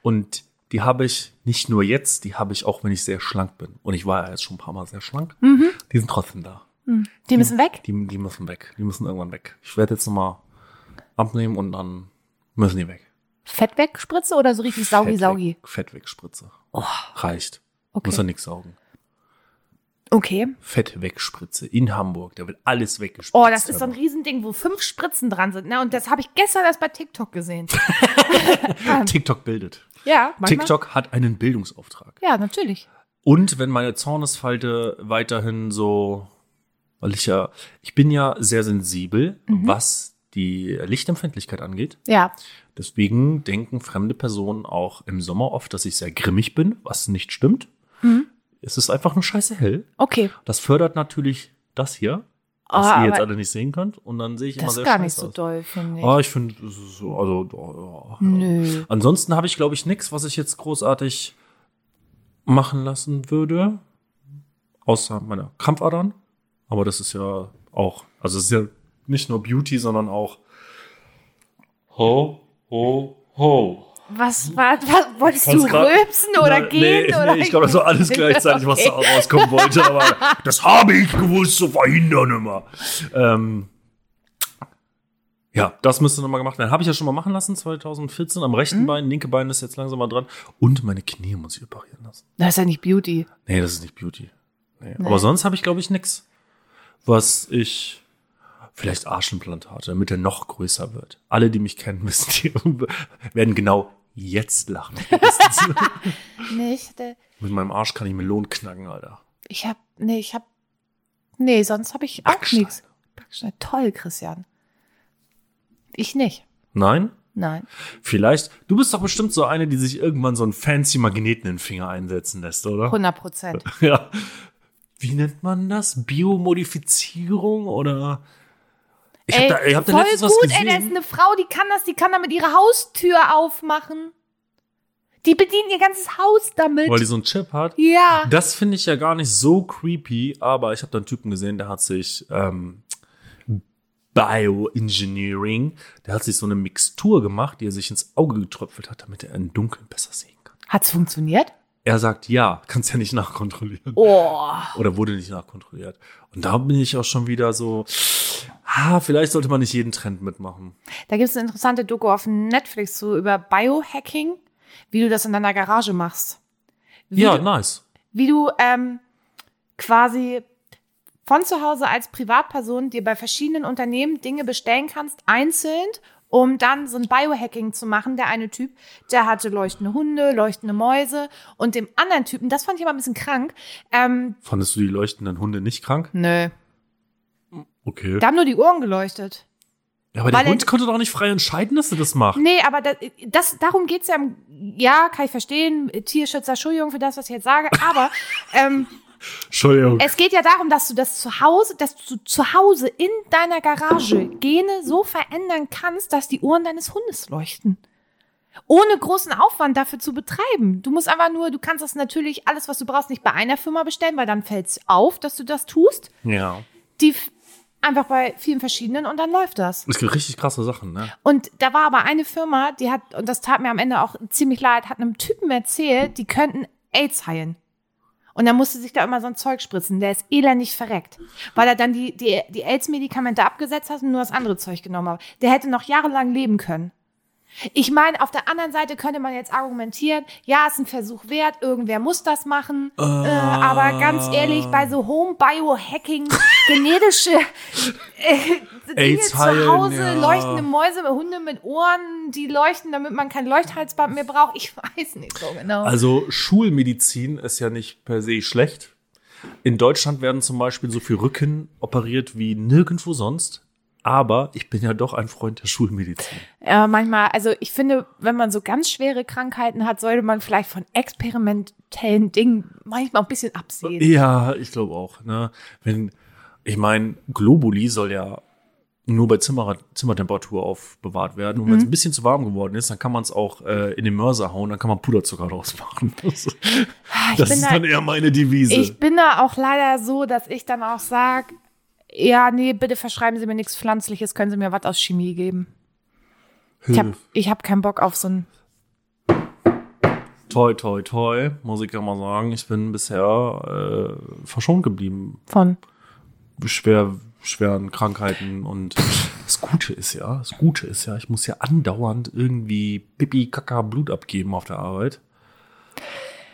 B: Und die habe ich nicht nur jetzt, die habe ich auch, wenn ich sehr schlank bin. Und ich war ja jetzt schon ein paar Mal sehr schlank. Die sind trotzdem da.
A: Hm. Mhm. Die müssen weg.
B: Die, die müssen weg. Die müssen irgendwann weg. Ich werde jetzt nochmal abnehmen und dann müssen die weg.
A: Fett wegspritze oder so richtig saugi
B: Fett
A: saugi. Oh.
B: Weg, Fett wegspritze. Reicht.
A: Okay.
B: Muss ja nichts saugen.
A: Okay.
B: Fett wegspritze in Hamburg. Da wird alles weggespritzt.
A: Oh, das ist so ein
B: Hammer.
A: Riesending, wo fünf Spritzen dran sind. Ne? Und das habe ich gestern erst bei TikTok gesehen.
B: TikTok bildet.
A: ja, manchmal.
B: TikTok hat einen Bildungsauftrag.
A: Ja, natürlich.
B: Und wenn meine Zornesfalte weiterhin so, weil ich ja, ich bin ja sehr sensibel,
A: Mhm.
B: was die Lichtempfindlichkeit angeht.
A: Ja.
B: Deswegen denken fremde Personen auch im Sommer oft, dass ich sehr grimmig bin, was nicht stimmt.
A: Mhm.
B: Es ist einfach nur scheiße hell.
A: Okay.
B: Das fördert natürlich das hier, was
A: Ah,
B: ihr jetzt
A: aber
B: alle nicht sehen könnt. Und dann sehe ich immer
A: das
B: sehr
A: ist gar
B: scheiße
A: nicht so
B: aus.
A: doll, finde ich.
B: Ah, ich finde, es ist so, also, oh, ja.
A: Nö.
B: Ansonsten habe ich, glaube ich, nichts, was ich jetzt großartig machen lassen würde. Außer meiner Krampfadern. Aber das ist ja auch, also es ist ja nicht nur Beauty, sondern auch Ho, ho, ho.
A: Was, war, was wolltest
B: Kannst
A: du
B: grad-
A: rülpsen oder
B: Na,
A: gehen?
B: Nee,
A: oder
B: nee, ich glaube, das war alles gleichzeitig, was da
A: Okay.
B: rauskommen wollte. Aber das habe ich gewusst zu verhindern immer. Ähm, Ja, das müsste nochmal gemacht werden. Habe ich ja schon mal machen lassen, 2014. Am rechten
A: Mhm.
B: Bein, linke Bein ist jetzt langsam mal dran. Und meine Knie muss ich reparieren lassen.
A: Das ist ja nicht Beauty.
B: Nee, das ist nicht Beauty. Nee. Aber sonst habe ich, glaube ich, nix. Was ich. Vielleicht Arschenplantate, damit er noch größer wird. Alle, die mich kennen, wissen, die werden genau jetzt lachen.
A: Nicht. äh,
B: Mit meinem Arsch kann ich Melonen knacken, Alter.
A: Ich hab, nee, ich hab, nee, sonst hab ich auch
B: Backstein.
A: nichts. Backstein. Toll, Christian. Ich nicht.
B: Nein?
A: Nein.
B: Vielleicht. Du bist doch bestimmt so eine, die sich irgendwann so einen fancy Magneten in den Finger einsetzen lässt, oder?
A: 100 Prozent.
B: Ja. Wie nennt man das? Biomodifizierung oder? Ich hab da, ich hab da
A: voll
B: letztens
A: gut,
B: was
A: ey, da ist
B: gesehen.
A: eine Frau, die kann das, die kann damit ihre Haustür aufmachen. Die bedient ihr ganzes Haus damit.
B: weil die so einen Chip hat.
A: ja.
B: Das finde ich ja gar nicht so creepy, aber ich habe da einen Typen gesehen, der hat sich ähm, Bioengineering, der hat sich so eine Mixtur gemacht, die er sich ins Auge getröpfelt hat, damit er im Dunkeln besser sehen kann.
A: Hat's funktioniert?
B: Er sagt ja, kannst ja nicht nachkontrollieren.
A: Oh.
B: oder wurde nicht nachkontrolliert. Und da bin ich auch schon wieder so, ah, vielleicht sollte man nicht jeden Trend mitmachen.
A: Da gibt's eine interessante Doku auf Netflix zu über Biohacking, wie du das in deiner Garage machst. Wie
B: Ja, ne?
A: du-
B: nice.
A: wie du ähm, quasi von zu Hause als Privatperson dir bei verschiedenen Unternehmen Dinge bestellen kannst, einzeln, um dann so ein Biohacking zu machen. Der eine Typ, der hatte leuchtende Hunde, leuchtende Mäuse und dem anderen Typen, das fand ich immer ein bisschen krank, ähm,
B: Fandest du die leuchtenden Hunde nicht krank?
A: nö,
B: Okay.
A: da haben nur die Ohren geleuchtet.
B: Ja, aber
A: weil
B: der
A: er-
B: Hund konnte doch nicht frei entscheiden, dass er das macht.
A: Nee, aber das, das, darum geht's ja, im- ja, kann ich verstehen, Tierschützer, Entschuldigung für das, was ich jetzt sage, aber ähm,
B: Entschuldigung.
A: Es geht ja darum, dass du das zu Hause, dass du zu Hause in deiner Garage Gene so verändern kannst, dass die Ohren deines Hundes leuchten. Ohne großen Aufwand dafür zu betreiben. Du musst einfach nur, du kannst das natürlich alles, was du brauchst, nicht bei einer Firma bestellen, weil dann fällt es auf, dass du das tust.
B: Ja.
A: Die f- einfach bei vielen verschiedenen und dann läuft das.
B: Es gibt richtig krasse Sachen, ne?
A: Und da war aber eine Firma, die hat, und das tat mir am Ende auch ziemlich leid, hat einem Typen erzählt, die könnten AIDS heilen. Und dann musste sich da immer so ein Zeug spritzen. Der ist elendig verreckt. Weil er dann die, die, die AIDS-Medikamente abgesetzt hat und nur das andere Zeug genommen hat. Der hätte noch jahrelang leben können. Ich meine, auf der anderen Seite könnte man jetzt argumentieren, ja, ist ein Versuch wert, irgendwer muss das machen. Äh, aber ganz ehrlich, bei so Home-Biohacking, genetische äh, Dinge
B: AIDS
A: zu
B: heilen,
A: Hause,
B: ja.
A: leuchtende Mäuse, Hunde mit Ohren, die leuchten, damit man kein Leuchthalsband mehr braucht. Ich weiß nicht so genau.
B: Also Schulmedizin ist ja nicht per se schlecht. In Deutschland werden zum Beispiel so viel Rücken operiert wie nirgendwo sonst. Aber ich bin ja doch ein Freund der Schulmedizin.
A: Ja, manchmal, also ich finde, wenn man so ganz schwere Krankheiten hat, sollte man vielleicht von experimentellen Dingen manchmal ein bisschen absehen.
B: Ja, ich glaube auch. Ne? Wenn, ich meine, Globuli soll ja nur bei Zimmer, Zimmertemperatur aufbewahrt werden. Und wenn es
A: Mhm.
B: ein bisschen zu warm geworden ist, dann kann man es auch äh, in den Mörser hauen, dann kann man Puderzucker draus machen. Das,
A: Ah, ich
B: das
A: bin
B: ist
A: da-
B: dann eher meine Devise.
A: Ich bin da auch leider so, dass ich dann auch sag, ja, nee, bitte verschreiben Sie mir nichts Pflanzliches, können Sie mir was aus Chemie geben. Ich
B: Hm.
A: hab, ich hab keinen Bock auf so ein.
B: toi, toi, toi, muss ich ja mal sagen. Ich bin bisher äh, verschont geblieben.
A: von.
B: Schwer, schweren Krankheiten. Und das Gute ist ja, das Gute ist ja, ich muss ja andauernd irgendwie Pipi, Kaka, Blut abgeben auf der Arbeit.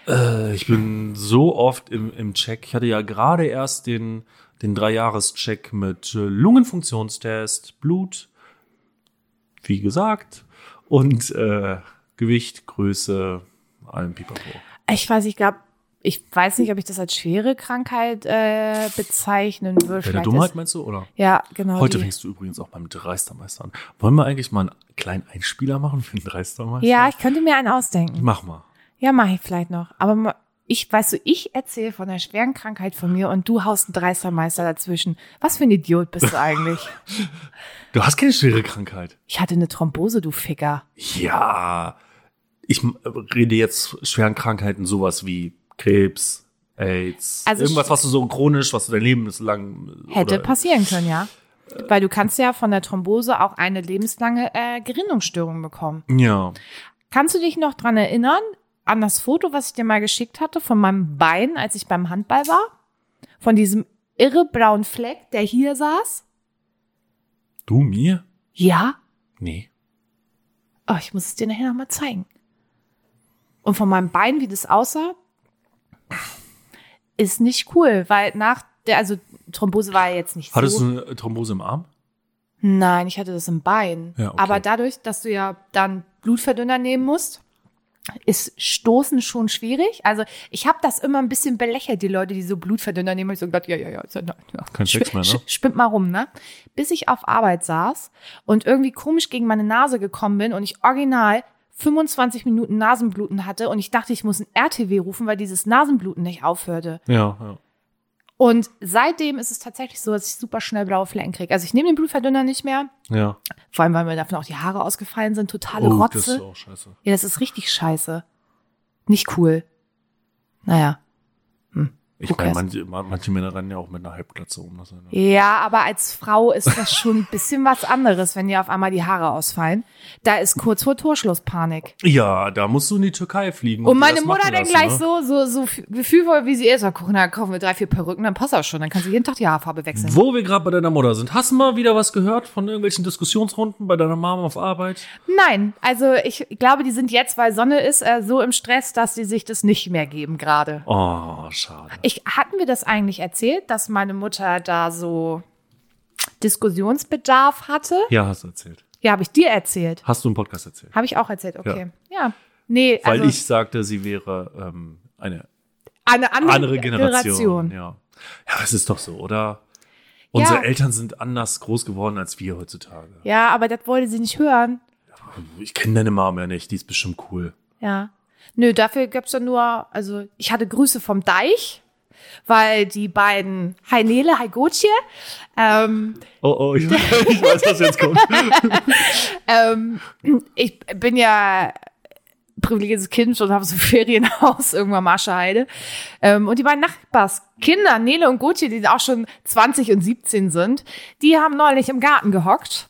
B: Äh, ich bin so oft im, im Check. Ich hatte ja gerade erst den, den Drei-Jahres-Check mit äh, Lungenfunktionstest, Blut, wie gesagt, und äh, Gewicht, Größe, allem Pipapo.
A: Ich weiß, ich glaube, ich weiß nicht, ob ich das als schwere Krankheit äh, bezeichnen würde.
B: Bei der
A: Vielleicht
B: Dummheit
A: ist-
B: meinst du, oder?
A: Ja, genau.
B: Heute
A: die.
B: fängst du übrigens auch beim Dreistermeister an. Wollen wir eigentlich mal einen kleinen Einspieler machen für den Dreistermeister?
A: Ja, ich könnte mir einen ausdenken.
B: Mach mal.
A: Ja, mache ich vielleicht noch. Aber ma- ich, weißt du, ich erzähle von einer schweren Krankheit von mir und du haust einen Dreistermeister dazwischen. Was für ein Idiot bist du eigentlich?
B: Du hast keine schwere Krankheit.
A: Ich hatte eine Thrombose, du Ficker.
B: Ja. Ich m- rede jetzt schweren Krankheiten sowas wie Krebs, AIDS,
A: Also
B: irgendwas,
A: sch-
B: was du so chronisch, was du dein Leben lang
A: Hätte
B: oder, Äh.
A: passieren können, ja. Weil du kannst ja von der Thrombose auch eine lebenslange äh, Gerinnungsstörung bekommen.
B: Ja.
A: Kannst du dich noch dran erinnern, an das Foto, was ich dir mal geschickt hatte, von meinem Bein, als ich beim Handball war? Von diesem irre blauen Fleck, der hier saß?
B: Du mir?
A: Ja?
B: Nee.
A: Oh, ich muss es dir nachher nochmal zeigen. Und von meinem Bein, wie das aussah, ist nicht cool, weil nach der, also Thrombose war ja jetzt nicht
B: Hattest
A: so.
B: du eine Thrombose im Arm?
A: Nein, ich hatte das im Bein.
B: Ja, okay.
A: Aber dadurch, dass du ja dann Blutverdünner nehmen musst, ist Stoßen schon schwierig. Also ich habe das immer ein bisschen belächelt, die Leute, die so Blutverdünner nehmen. Ich so gedacht, ja, ja, ja, ist ja, nein, ja.
B: Kein Sex mehr, ne?
A: sch- Spinnt mal rum, ne? Bis ich auf Arbeit saß und irgendwie komisch gegen meine Nase gekommen bin und ich original 25 Minuten Nasenbluten hatte und ich dachte, ich muss ein RTW rufen, weil dieses Nasenbluten nicht aufhörte.
B: Ja, ja.
A: Und seitdem ist es tatsächlich so, dass ich super schnell blaue Flecken kriege. Also ich nehme den Blutverdünner nicht mehr,
B: Ja.
A: vor allem, weil mir davon auch die Haare ausgefallen sind. Totale
B: oh, das
A: Rotze.
B: ist auch scheiße.
A: Ja, das ist richtig scheiße. Nicht cool. Naja. Who
B: Ich meine,
A: cares?
B: manche, man- manche Männer rennen ja auch mit einer Halbglatze um. Das ist ja-
A: Ja, aber als Frau ist das schon ein bisschen was anderes, wenn dir auf einmal die Haare ausfallen. Da ist kurz vor Torschluss Panik.
B: ja, da musst du in die Türkei fliegen.
A: Und
B: dir
A: meine
B: das
A: Mutter
B: machen
A: dann
B: lassen,
A: gleich
B: ne?
A: so, so, so f- gefühlvoll, wie sie ist. Ach, guck, na, kaufen wir drei, vier Perücken, dann passt das schon. Dann kannst du jeden Tag die Haarfarbe wechseln.
B: Wo wir gerade bei deiner Mutter sind, hast du mal wieder was gehört von irgendwelchen Diskussionsrunden bei deiner Mama auf Arbeit?
A: Nein, also ich glaube, die sind jetzt, weil Sonne ist, äh, so im Stress, dass sie sich das nicht mehr geben gerade.
B: Oh, schade.
A: Ich, hatten wir das eigentlich erzählt, dass meine Mutter da so Diskussionsbedarf hatte?
B: Ja, hast du erzählt.
A: Ja, habe ich dir erzählt.
B: Hast du im Podcast erzählt?
A: Habe ich auch erzählt, okay. Ja. Nee,
B: Weil
A: also
B: ich sagte, sie wäre ähm, eine
A: eine andere,
B: andere Generation.
A: Generation.
B: Ja. ja, das ist doch so, oder? Unsere
A: Ja.
B: Eltern sind anders groß geworden als wir heutzutage.
A: Ja, aber das wollte sie nicht hören.
B: Ich kenne deine Mama ja nicht, die ist bestimmt cool.
A: Ja. Nö, dafür gab's dann nur, also ich hatte Grüße vom Deich, weil die beiden Hi Nele, Hi Gotje, ähm,
B: Oh, oh, ich, ich weiß, was jetzt kommt.
A: ähm, ich bin ja privilegiertes Kind und habe so ein Ferienhaus irgendwann Marscheheide. Ähm, und die beiden Nachbarskinder, Nele und Gotje, die auch schon 20 und 17 sind, die haben neulich im Garten gehockt.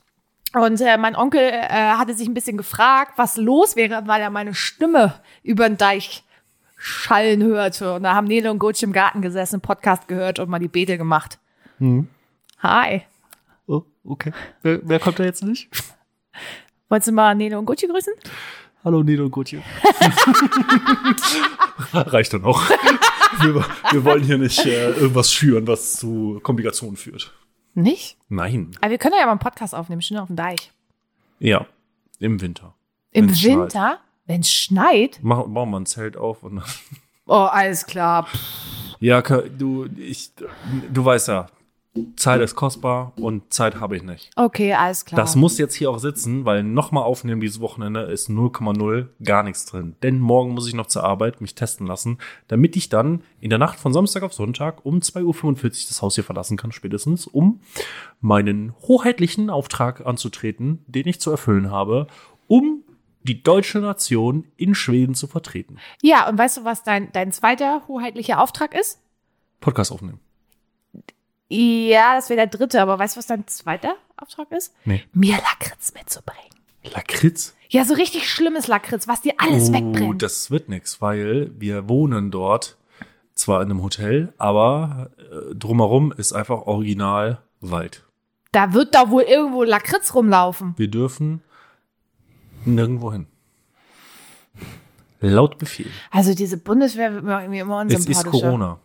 A: Und äh, mein Onkel äh, hatte sich ein bisschen gefragt, was los wäre, weil er meine Stimme über den Deich schallen hörte. Und da haben Nele und Gotje im Garten gesessen, einen Podcast gehört und mal die Beete gemacht. Hi.
B: Oh, okay. Wer, kommt da jetzt nicht?
A: Wolltest du mal Nele und Gotje grüßen?
B: Hallo, Nino und Gutje. Reicht dann auch. Wir, wir wollen hier nicht äh, irgendwas schüren, was zu Komplikationen führt.
A: Nicht?
B: Nein.
A: Aber Ah, wir können doch ja mal einen Podcast aufnehmen, schön auf dem Deich.
B: Ja, im Winter.
A: Im
B: Wenn's
A: Winter, wenn es schneit.
B: Mach, machen wir ein Zelt auf und
A: Oh, alles klar.
B: Ja, Ka- du, ich, du weißt ja, Zeit ist kostbar und Zeit habe ich nicht.
A: Okay, alles klar.
B: Das muss jetzt hier auch sitzen, weil nochmal aufnehmen dieses Wochenende ist 0,0 gar nichts drin. Denn morgen muss ich noch zur Arbeit mich testen lassen, damit ich dann in der Nacht von Samstag auf Sonntag um 2.45 Uhr das Haus hier verlassen kann, spätestens, um meinen hoheitlichen Auftrag anzutreten, den ich zu erfüllen habe, um die deutsche Nation in Schweden zu vertreten.
A: ja, und weißt du, was dein, dein zweiter hoheitlicher Auftrag ist?
B: Podcast aufnehmen.
A: Ja, das wäre der dritte, aber weißt du, was dein zweiter Auftrag ist?
B: Nee.
A: Mir Lakritz mitzubringen.
B: Lakritz?
A: Ja, so richtig schlimmes Lakritz, was dir alles wegbrennt.
B: Oh, das wird nix, weil wir wohnen dort zwar in einem Hotel, aber äh, drumherum ist einfach original Wald.
A: Da wird da wohl irgendwo Lakritz rumlaufen.
B: Wir dürfen nirgendwo hin. Laut Befehl.
A: Also diese Bundeswehr wird mir irgendwie immer
B: Es
A: unsympathischer.
B: ist Corona.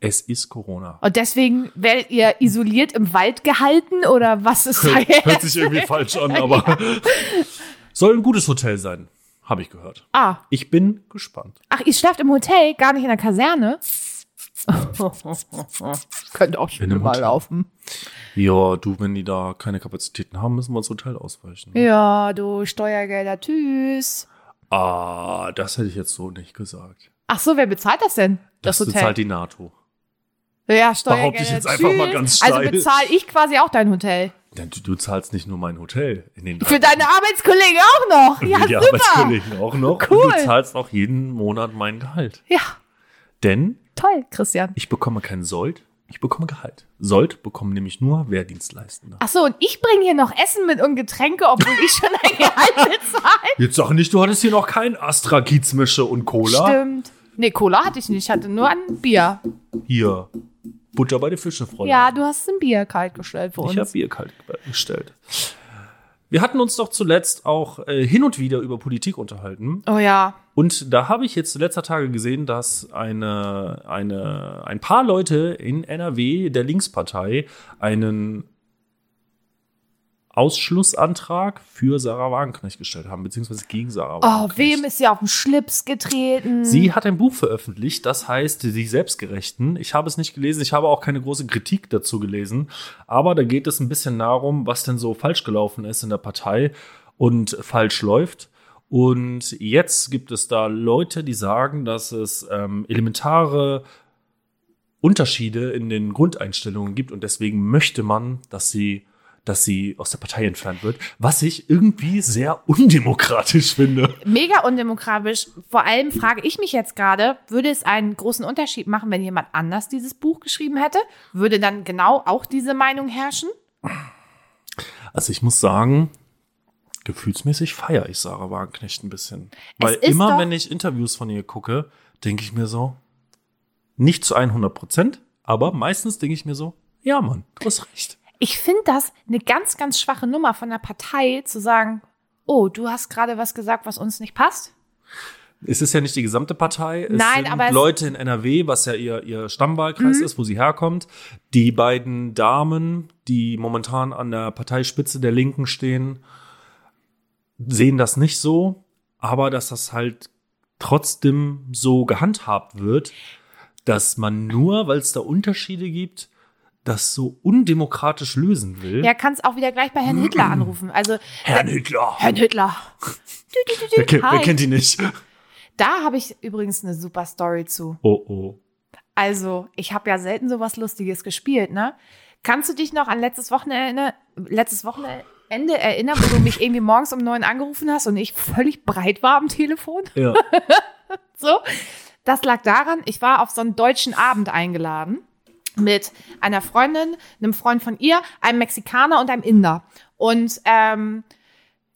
B: Es ist Corona.
A: Und deswegen werdet ihr isoliert im Wald gehalten oder was ist da
B: Hört
A: jetzt?
B: sich irgendwie falsch an, aber soll ein gutes Hotel sein, habe ich gehört.
A: Ah,
B: Ich bin gespannt.
A: ach, ihr schlaft im Hotel, gar nicht in der Kaserne? Könnte auch
B: In
A: schon
B: einem
A: mal
B: Hotel.
A: laufen.
B: Ja, du, wenn die da keine Kapazitäten haben, müssen wir ins Hotel ausweichen.
A: Ja, du Steuergelder, tschüss.
B: Ah, das hätte ich jetzt so nicht gesagt.
A: Ach so, wer bezahlt das denn? Das, Hotel.
B: bezahlt halt die NATO.
A: ja, Steuergelder,
B: Behaupte ich jetzt
A: tschüss.
B: einfach mal ganz steil.
A: also bezahle ich quasi auch dein Hotel.
B: Ja, Du, du zahlst nicht nur mein Hotel in den
A: Für deine Arbeitskollegen auch noch. Ja,
B: die
A: super.
B: Arbeitskollegen auch noch.
A: Cool.
B: Und du zahlst auch jeden Monat mein Gehalt.
A: Ja,
B: Denn
A: toll, Christian.
B: ich bekomme kein Sold, ich bekomme Gehalt. Sold bekommen nämlich nur Wehrdienstleistende.
A: Ach so, und ich bringe hier noch Essen mit und Getränke, obwohl ich schon ein Gehalt bezahle.
B: Jetzt sag nicht, du hattest hier noch kein Astra Kiezmische und Cola.
A: Stimmt. Nee, Cola hatte ich nicht, ich hatte nur ein Bier.
B: Hier. Butter bei den Fische, Freunde.
A: Ja, du hast ein Bier kalt gestellt für
B: ich habe
A: uns.
B: Bier kalt gestellt. Wir hatten uns doch zuletzt auch äh, hin und wieder über Politik unterhalten.
C: Oh ja.
B: Und da habe ich jetzt letzter Tage gesehen, dass eine, eine, ein paar Leute in NRW der Linkspartei einen Ausschlussantrag für Sarah Wagenknecht gestellt haben, beziehungsweise gegen Sarah
A: Oh,
B: Wagenknecht.
A: wem ist sie auf den Schlips getreten?
B: Sie hat ein Buch veröffentlicht, das heißt Die Selbstgerechten. Ich habe es nicht gelesen, ich habe auch keine große Kritik dazu gelesen, aber da geht es ein bisschen darum, was denn so falsch gelaufen ist in der Partei und falsch läuft. Und jetzt gibt es da Leute, die sagen, dass es ähm, elementare Unterschiede in den Grundeinstellungen gibt und deswegen möchte man, dass sie dass sie aus der Partei entfernt wird, was ich irgendwie sehr undemokratisch finde.
A: Mega undemokratisch. Vor allem frage ich mich jetzt gerade, würde es einen großen Unterschied machen, wenn jemand anders dieses Buch geschrieben hätte? Würde dann genau auch diese Meinung herrschen?
B: Also ich muss sagen, gefühlsmäßig feiere ich Sarah Wagenknecht ein bisschen. Weil
A: ist
B: immer,
A: doch-
B: wenn ich Interviews von ihr gucke, denke ich mir so, nicht zu 100 Prozent, aber meistens denke ich mir so, ja Mann, du hast recht.
A: Ich finde das eine ganz, ganz schwache Nummer von der Partei zu sagen, oh, du hast gerade was gesagt, was uns nicht passt.
B: Es ist ja nicht die gesamte Partei. Es
A: Nein,
B: sind
A: aber es- Mhm.
B: Leute in NRW, was ja ihr, ihr Stammwahlkreis ist, wo sie herkommt. Die beiden Damen, die momentan an der Parteispitze der Linken stehen, sehen das nicht so. Aber dass das halt trotzdem so gehandhabt wird, dass man nur, weil es da Unterschiede gibt, das so undemokratisch lösen will.
A: Ja, kannst auch wieder gleich bei Herrn Hitler
B: Mhm.
A: anrufen. Also,
B: Herr Hitler.
A: Herrn Hitler. Du, du, du, du,
B: Wer, kennt- wer
A: hi.
B: kennt ihn nicht?
A: Da habe ich übrigens eine super Story zu.
B: Oh, oh.
A: Also, ich habe ja selten sowas Lustiges gespielt, ne? Kannst du dich noch an letztes Wochenende, letztes Wochenende erinnern, wo du mich irgendwie morgens um neun angerufen hast und ich völlig breit war am Telefon?
B: Ja.
A: So, das lag daran, ich war auf so einen deutschen Abend eingeladen mit einer Freundin, einem Freund von ihr, einem Mexikaner und einem Inder. Und ähm,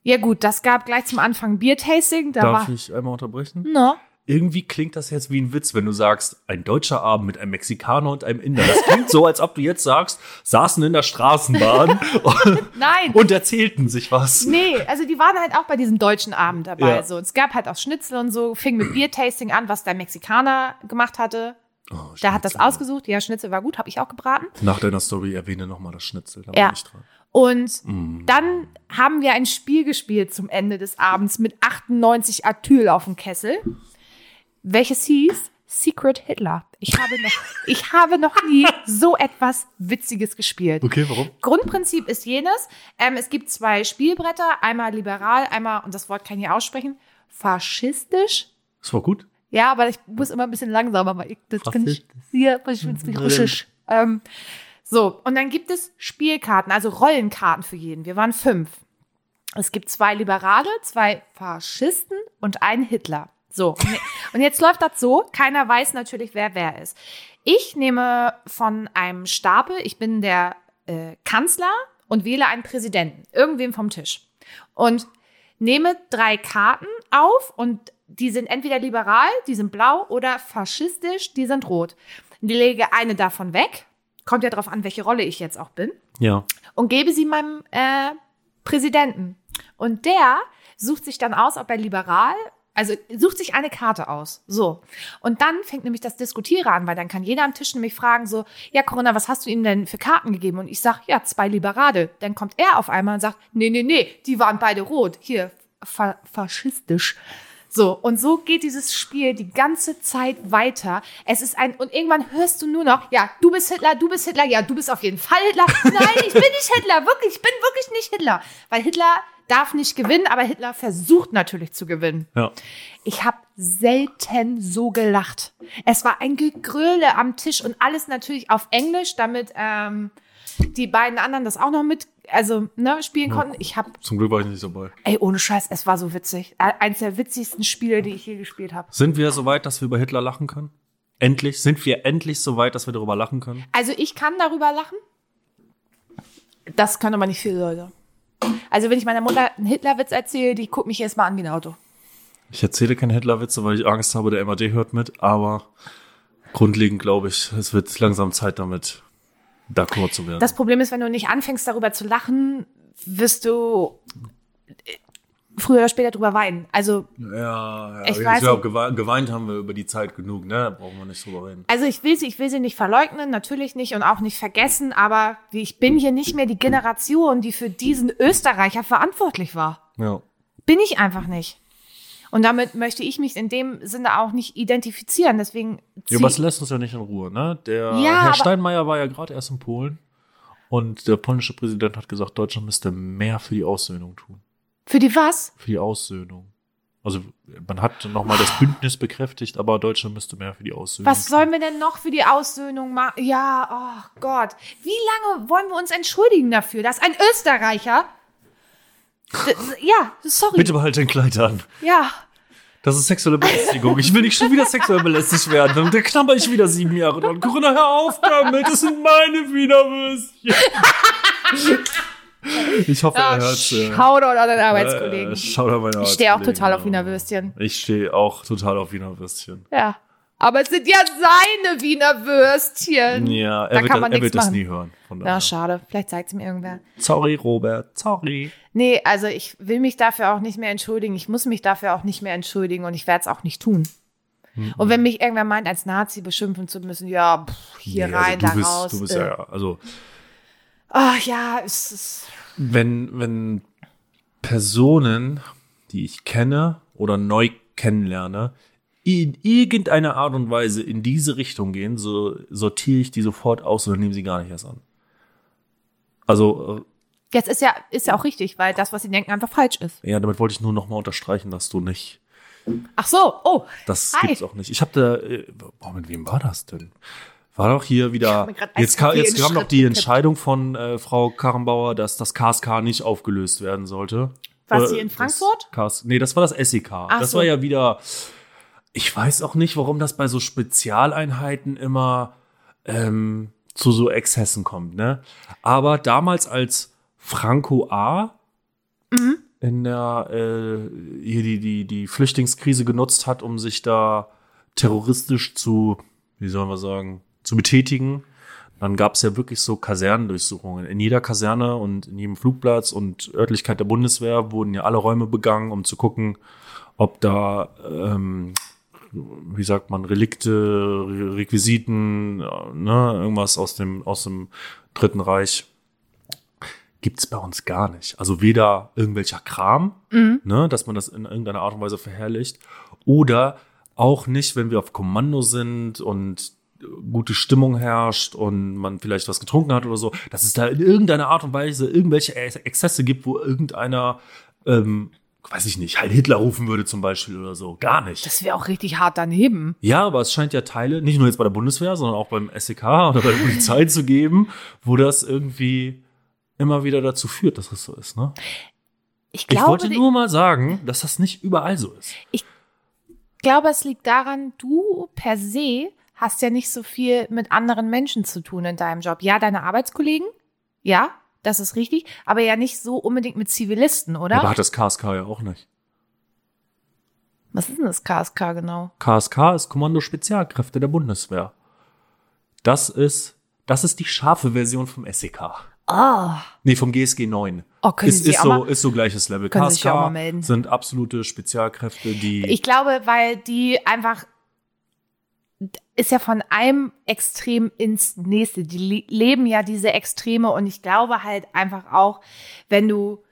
A: ja gut, das gab gleich zum Anfang Biertasting. Da
B: Darf
A: war
B: ich einmal unterbrechen?
A: ne?
B: Irgendwie klingt das jetzt wie ein Witz, wenn du sagst, ein deutscher Abend mit einem Mexikaner und einem Inder. Das klingt so, als ob du jetzt sagst, saßen in der Straßenbahn und,
A: Nein.
B: und erzählten sich was.
A: Nee, also die waren halt auch bei diesem deutschen Abend dabei.
B: Ja.
A: So, es gab halt auch Schnitzel und so, fing mit Biertasting an, was der Mexikaner gemacht hatte.
B: Oh,
A: Der hat das
B: Schnitzel.
A: ausgesucht. Ja, Schnitzel war gut, habe ich auch gebraten.
B: Nach deiner Story erwähne nochmal das Schnitzel. Da
A: Ja.
B: bin ich dran.
A: Und
B: Mm.
A: dann haben wir ein Spiel gespielt zum Ende des Abends mit 98 Atyl auf dem Kessel, welches hieß Secret Hitler. Ich habe noch, ich habe noch nie so etwas Witziges gespielt.
B: Okay, warum?
A: Grundprinzip ist jenes. Ähm, es gibt zwei Spielbretter, einmal liberal, einmal, und das Wort kann ich aussprechen, faschistisch.
B: Das war gut.
A: Ja, aber ich muss immer ein bisschen langsamer, weil ich das kann ich hier verschwindet mich russisch. Ähm, so, und dann gibt es Spielkarten, also Rollenkarten für jeden. Wir waren fünf. Es gibt zwei Liberale, zwei Faschisten und einen Hitler. So, und je- und jetzt läuft das so, keiner weiß natürlich, wer wer ist. Ich nehme von einem Stapel, ich bin der äh, Kanzler und wähle einen Präsidenten, irgendwem vom Tisch. Und nehme drei Karten auf und die sind entweder liberal, die sind blau oder faschistisch, die sind rot. Die lege eine davon weg, kommt ja drauf an, welche Rolle ich jetzt auch bin,
B: Ja.
A: und gebe sie meinem äh, Präsidenten. Und der sucht sich dann aus, ob er liberal, also sucht sich eine Karte aus. So. Und dann fängt nämlich das Diskutieren an, weil dann kann jeder am Tisch nämlich fragen so, ja Corinna, was hast du ihm denn für Karten gegeben? Und ich sag, ja, zwei Liberale. Dann kommt er auf einmal und sagt, nee, nee, nee, die waren beide rot. Hier, fa faschistisch. So, und so geht dieses Spiel die ganze Zeit weiter. Es ist ein, und irgendwann hörst du nur noch, ja, du bist Hitler, du bist Hitler, ja, du bist auf jeden Fall Hitler. Nein, ich bin nicht Hitler, wirklich, ich bin wirklich nicht Hitler. Weil Hitler darf nicht gewinnen, aber Hitler versucht natürlich zu gewinnen.
B: Ja.
A: Ich habe selten so gelacht. Es war ein Gegröle am Tisch und alles natürlich auf Englisch, damit ähm, die beiden anderen das auch noch mit, also, ne, spielen konnten. Ich habe,
B: Zum Glück war ich nicht dabei.
A: ey, ohne Scheiß, es war so witzig. Eins der witzigsten Spiele, die ich je gespielt habe.
B: Sind wir so weit, dass wir über Hitler lachen können? Endlich? Sind wir endlich so weit, dass wir darüber lachen können?
A: Also ich kann darüber lachen. Das können aber nicht viele Leute. Also wenn ich meiner Mutter einen Hitlerwitz erzähle, die guckt mich erstmal an wie ein Auto.
B: Ich erzähle keine Hitlerwitze, weil ich Angst habe, der MAD hört mit, aber grundlegend glaube ich, es wird langsam Zeit damit d'accord zu werden.
A: Das Problem ist, wenn du nicht anfängst darüber zu lachen, wirst du äh, früher oder später drüber weinen. Also,
B: Ja, ja
A: Ich
B: ich,
A: weiß
B: ich glaube, geweint, geweint haben wir über die Zeit genug, ne? Da brauchen wir nicht drüber reden.
A: also ich will sie, ich will sie nicht verleugnen, natürlich nicht und auch nicht vergessen, aber ich bin hier nicht mehr die Generation, die für diesen Österreicher verantwortlich war.
B: Ja.
A: Bin ich einfach nicht. Und damit möchte ich mich in dem Sinne auch nicht identifizieren. Deswegen zieh-
B: Ja, aber es lässt uns ja nicht in Ruhe, ne? Der
A: Ja, aber-
B: Herr Steinmeier war ja gerade erst in Polen und der polnische Präsident hat gesagt, Deutschland müsste mehr für die Aussöhnung tun.
A: für die was?
B: Für die Aussöhnung. Also man hat nochmal das Bündnis bekräftigt, aber Deutschland müsste mehr für die Aussöhnung
A: Was
B: tun.
A: sollen wir denn noch für die Aussöhnung machen? Ja, oh Gott. Wie lange wollen wir uns entschuldigen dafür, dass ein Österreicher. D- Ja, sorry.
B: Bitte behalt dein Kleid an.
A: Ja.
B: Das ist sexuelle Belästigung. Ich will nicht schon wieder sexuell belästigt werden. Dann knabber ich wieder sieben Jahre dran. Corinna, hör auf damit. Das sind meine Widerwürstchen. Ich hoffe,
A: Ah,
B: er äh, hört
A: Schauder oder deinen Arbeitskollegen.
B: Schau da meine
A: ich stehe auch total auf Wiener Würstchen.
B: Ich stehe auch total auf Wiener Würstchen.
A: Ja. Aber es sind ja seine Wiener Würstchen.
B: Ja,
A: Da
B: er wird,
A: kann man
B: das, er
A: nichts
B: wird das
A: machen.
B: nie hören. Von
A: Na,
B: daher.
A: schade. Vielleicht sagt es mir irgendwer.
B: sorry, Robert. Sorry.
A: Nee, also ich will mich dafür auch nicht mehr entschuldigen. Ich muss mich dafür auch nicht mehr entschuldigen und ich werde es auch nicht tun. Und
B: Mhm.
A: wenn mich irgendwer meint, als Nazi beschimpfen zu müssen, ja, pff, hier
B: Nee,
A: rein,
B: also du
A: da
B: bist,
A: raus.
B: Du bist
A: äh.
B: ja, also
A: Ach ja, es ist.
B: wenn, wenn Personen, die ich kenne oder neu kennenlerne, in irgendeiner Art und Weise in diese Richtung gehen, so sortiere ich die sofort aus oder nehme sie gar nicht erst an. Also,
A: Jetzt ist ja, ist ja auch richtig, weil das, was sie denken, einfach falsch ist.
B: äh, ja, damit wollte ich nur nochmal unterstreichen, dass du nicht
A: Ach so, oh,
B: Das
A: Hi.
B: gibt's auch nicht. Ich habe da, äh, boah, mit wem war das denn? War doch hier wieder,
A: mir grad
B: jetzt,
A: Eiskaffee
B: kam, jetzt
A: in
B: kam
A: Schritt
B: noch die
A: gekippt.
B: Entscheidung von äh, Frau Karrenbauer, dass das KSK nicht aufgelöst werden sollte.
A: Was,
B: Oder
A: hier in
B: Äh, das
A: Frankfurt?
B: KS, nee, das war das SEK. das
A: so.
B: war ja wieder, ich weiß auch nicht, warum das bei so Spezialeinheiten immer ähm, zu so Exzessen kommt, ne? Aber damals als Franco A
A: Mhm.
B: in der äh, hier die, die, die Flüchtlingskrise genutzt hat, um sich da terroristisch zu, wie soll man sagen, zu betätigen. Dann gab es ja wirklich so Kasernendurchsuchungen. In jeder Kaserne und in jedem Flugplatz und Örtlichkeit der Bundeswehr wurden ja alle Räume begangen, um zu gucken, ob da, ähm, wie sagt man, Relikte, Re- Requisiten, äh, ne, irgendwas aus dem, aus dem Dritten Reich gibt's bei uns gar nicht. Also weder irgendwelcher Kram, ne, dass man das in irgendeiner Art und Weise verherrlicht, oder auch nicht, wenn wir auf Kommando sind und gute Stimmung herrscht und man vielleicht was getrunken hat oder so, dass es da in irgendeiner Art und Weise irgendwelche Ex- Exzesse gibt, wo irgendeiner, ähm, weiß ich nicht, halt Hitler rufen würde zum Beispiel oder so. Gar nicht.
A: das wäre auch richtig hart daneben.
B: Ja, aber es scheint ja Teile, nicht nur jetzt bei der Bundeswehr, sondern auch beim SEK oder bei der Polizei zu geben, wo das irgendwie immer wieder dazu führt, dass das so ist. Ne?
A: Ich
B: Ich
A: glaube,
B: wollte
A: ich,
B: nur mal sagen, dass das nicht überall so ist.
A: glaube, es liegt daran, du per se hast ja nicht so viel mit anderen Menschen zu tun in deinem Job. Ja, deine Arbeitskollegen, ja, das ist richtig, aber ja nicht so unbedingt mit Zivilisten, oder?
B: Aber hat das KSK ja auch nicht.
A: Was ist denn das KSK genau?
B: KSK ist Kommando Spezialkräfte der Bundeswehr. Das ist, das ist die scharfe Version vom SEK.
A: Oh,
B: Nee, vom GSG 9.
A: Oh, können
B: ist,
A: Sie
B: Ah. ist,
A: auch
B: so,
A: mal-
B: ist so gleiches Level.
A: Können Sie
B: KSK
A: sich auch mal melden.
B: sind absolute Spezialkräfte, die.
A: ich glaube, weil die einfach ist ja von einem Extrem ins nächste. Die le- leben ja diese Extreme und ich glaube halt einfach auch, wenn du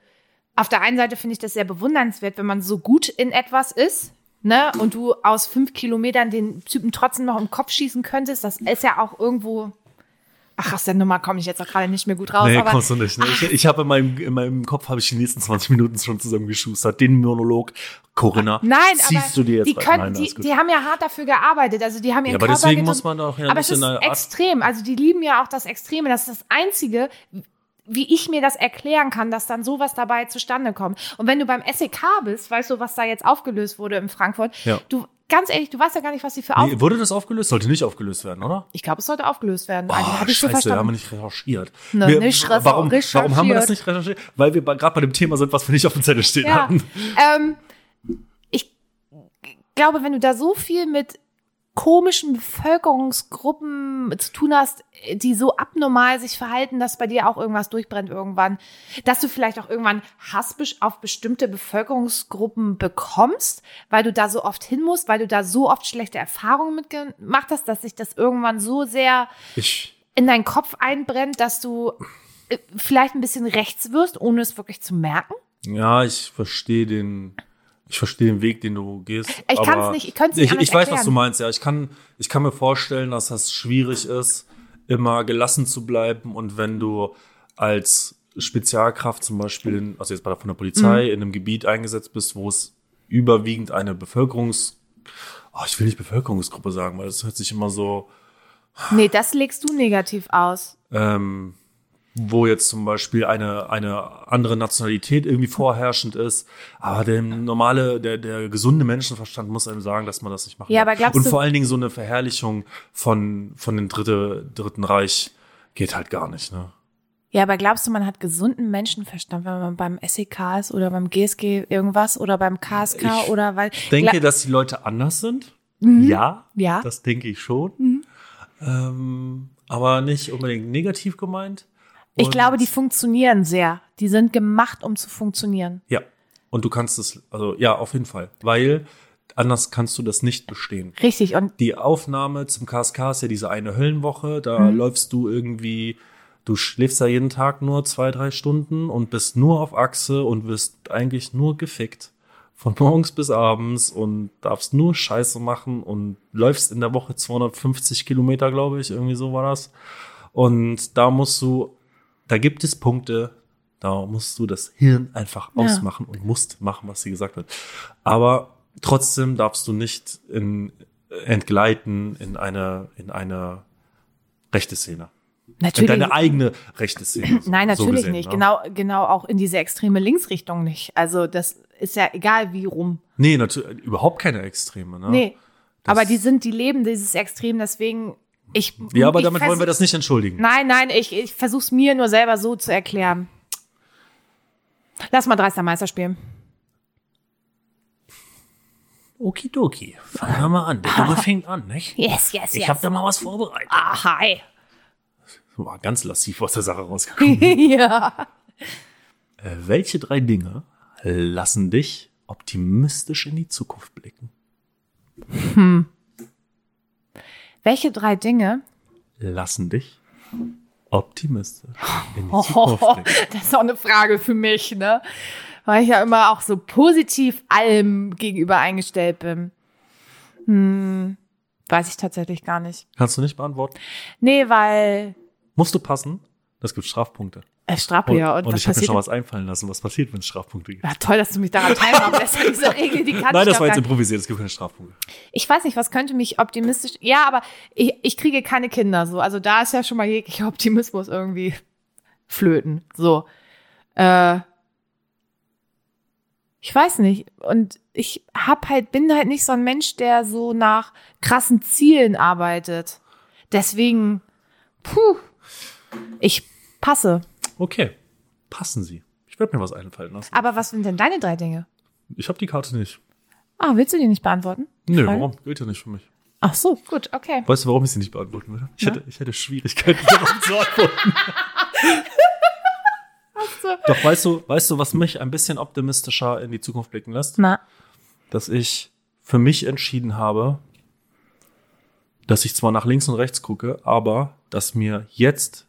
A: auf der einen Seite finde ich das sehr bewundernswert, wenn man so gut in etwas ist, ne, und du aus fünf Kilometern den Typen trotzdem noch im Kopf schießen könntest, das ist ja auch irgendwo. Ach, aus der Nummer komme ich jetzt auch gerade nicht mehr gut raus.
B: Nee,
A: aber
B: kommst du nicht. Ne? Ich, ich habe in meinem, in meinem Kopf habe ich die nächsten 20 Minuten schon zusammengeschustert. Den Monolog, Corinna,
A: Ah, Nein,
B: ziehst
A: aber
B: du dir jetzt
A: die,
B: rein.
A: können,
B: Nein,
A: die,
B: alles gut.
A: die haben ja hart dafür gearbeitet. Also die haben ihren
B: ja, aber
A: Körper
B: deswegen
A: getan-
B: muss man doch ja ein
A: aber es ist
B: bisschen eine Art
A: extrem. Also die lieben ja auch das Extreme. Das ist das Einzige, wie ich mir das erklären kann, dass dann sowas dabei zustande kommt. Und wenn du beim SEK bist, weißt du, was da jetzt aufgelöst wurde in Frankfurt.
B: Ja.
A: Du, ganz ehrlich, du weißt ja gar nicht, was sie für auf.
B: Nee, wurde das aufgelöst? Sollte nicht aufgelöst werden, oder?
A: Ich glaube, es sollte aufgelöst werden.
B: Oh,
A: also, hab ich so
B: Scheiße, haben wir
A: verstanden.
B: nicht recherchiert.
A: Ne,
B: wir,
A: nicht
B: warum,
A: recherchiert.
B: warum haben wir das nicht recherchiert? Weil wir gerade bei dem Thema sind, was wir nicht auf dem Zettel stehen
A: Ja.
B: hatten.
A: Ähm, ich glaube, wenn du da so viel mit komischen Bevölkerungsgruppen zu tun hast, die so abnormal sich verhalten, dass bei dir auch irgendwas durchbrennt irgendwann, dass du vielleicht auch irgendwann Hass besch- auf bestimmte Bevölkerungsgruppen bekommst, weil du da so oft hin musst, weil du da so oft schlechte Erfahrungen mitgemacht hast, dass sich das irgendwann so sehr
B: Ich,
A: in deinen Kopf einbrennt, dass du äh, vielleicht ein bisschen rechts wirst, ohne es wirklich zu merken.
B: ja, ich verstehe den, ich verstehe den Weg, den du gehst.
A: Ich kann's
B: aber
A: nicht- ich könnte es nicht
B: Ich,
A: anders
B: ich weiß, was
A: erklären.
B: du meinst, ja. Ich kann, ich kann mir vorstellen, dass das schwierig ist, immer gelassen zu bleiben und wenn du als Spezialkraft zum Beispiel, in, also jetzt bei der, von der
A: Mhm.
B: Polizei in einem Gebiet eingesetzt bist, wo es überwiegend eine Bevölkerungs, oh, ich will nicht Bevölkerungsgruppe sagen, weil das hört sich immer so,
A: Nee, das legst du negativ aus.
B: ähm, wo jetzt zum Beispiel eine, eine andere Nationalität irgendwie vorherrschend ist. Aber der normale, der, der gesunde Menschenverstand muss einem sagen, dass man das nicht machen
A: Ja,
B: darf.
A: aber glaubst
B: Und
A: du-
B: vor allen Dingen so eine Verherrlichung von, von dem Dritte, Dritten Reich geht halt gar nicht, ne?
A: Ja, aber glaubst du, man hat gesunden Menschenverstand, wenn man beim SEK ist oder beim GSG irgendwas oder beim KSK
B: Ich
A: oder weil.
B: Denke,
A: Gla- Mhm.
B: dass die Leute anders sind? Ja.
A: Ja. Mhm.
B: Das denke ich schon. Ähm, aber nicht unbedingt negativ gemeint.
A: ich
B: Und-
A: glaube, die funktionieren sehr. Die sind gemacht, um zu funktionieren.
B: Ja. Und du kannst es, also ja, auf jeden Fall. Weil anders kannst du das nicht bestehen.
A: Richtig. Und
B: die Aufnahme zum KSK ist ja diese eine Höllenwoche. Da läufst du irgendwie, du schläfst ja jeden Tag nur zwei, drei Stunden und bist nur auf Achse und wirst eigentlich nur gefickt. Von morgens bis abends und darfst nur Scheiße machen und läufst in der Woche 250 Kilometer, glaube ich, irgendwie so war das. Und da musst du, da gibt es Punkte, da musst du das Hirn einfach
A: Ja.
B: ausmachen und musst machen, was sie gesagt wird. Aber trotzdem darfst du nicht in, entgleiten in eine, in eine rechte Szene. In
A: natürlich.
B: deine eigene rechte Szene. so-
A: Nein,
B: so
A: natürlich
B: gesehen,
A: nicht.
B: ne?
A: Genau, genau auch in diese extreme Linksrichtung nicht. Also, das ist ja egal wie rum.
B: Nee, natürlich, überhaupt keine Extreme. Ne?
A: Nee.
B: Das-
A: Aber die sind, die leben dieses Extrem, deswegen ich.
B: Ja, aber
A: ich
B: damit wollen wir
A: versuch-
B: das nicht entschuldigen.
A: Nein, nein, ich, ich versuche es mir nur selber so zu erklären. Lass mal Dreister Meister spielen.
B: Okidoki, fangen wir mal an. Der Junge fängt an, nicht?
A: Yes, Ah. yes, yes.
B: da mal was vorbereitet.
A: ah, hi.
B: War ganz lassiv aus der Sache rausgekommen.
A: ja.
B: Äh, Welche drei Dinge lassen dich optimistisch in die Zukunft blicken?
A: Welche drei Dinge?
B: Lassen dich optimistisch in die Zukunft blicken.
A: Oh, das ist auch eine Frage für mich, ne? Weil ich ja immer auch so positiv allem gegenüber eingestellt bin. Hm, weiß ich tatsächlich gar nicht.
B: Kannst du nicht beantworten?
A: Nee, weil
B: Musst du passen? Das gibt Strafpunkte.
A: äh, Strappe ja und,
B: und
A: was
B: ich habe mir
A: passiert?
B: schon was einfallen lassen, was passiert, wenn es Strafpunkte gibt.
A: Ja, toll, dass du mich daran teilhaben lässt an dieser Regel, die kann ich doch
B: Nein, das
A: gar
B: war jetzt
A: nicht.
B: improvisiert, es gibt keine Strafpunkte.
A: Ich weiß nicht, was könnte mich optimistisch. Ja, aber ich, ich kriege keine Kinder so. Also da ist ja schon mal jeglicher Optimismus irgendwie flöten. So. Äh, ich weiß nicht. Und ich hab halt, bin halt nicht so ein Mensch, der so nach krassen Zielen arbeitet. Deswegen, puh, ich passe.
B: Okay, passen sie. Ich werde mir was einfallen lassen.
A: Aber was sind denn deine drei Dinge?
B: Ich habe die Karte nicht.
A: Ah, willst du die nicht beantworten?
B: Nö,
A: Frage?
B: warum? Gilt ja nicht für mich.
A: Ach so, gut, okay.
B: Weißt du, warum ich sie nicht beantworten würde? Ich, hätte, ich hätte Schwierigkeiten, darauf zu antworten. Doch weißt du, weißt du, was mich ein bisschen optimistischer in die Zukunft blicken lässt?
A: Na,
B: Dass ich für mich entschieden habe, dass ich zwar nach links und rechts gucke, aber dass mir jetzt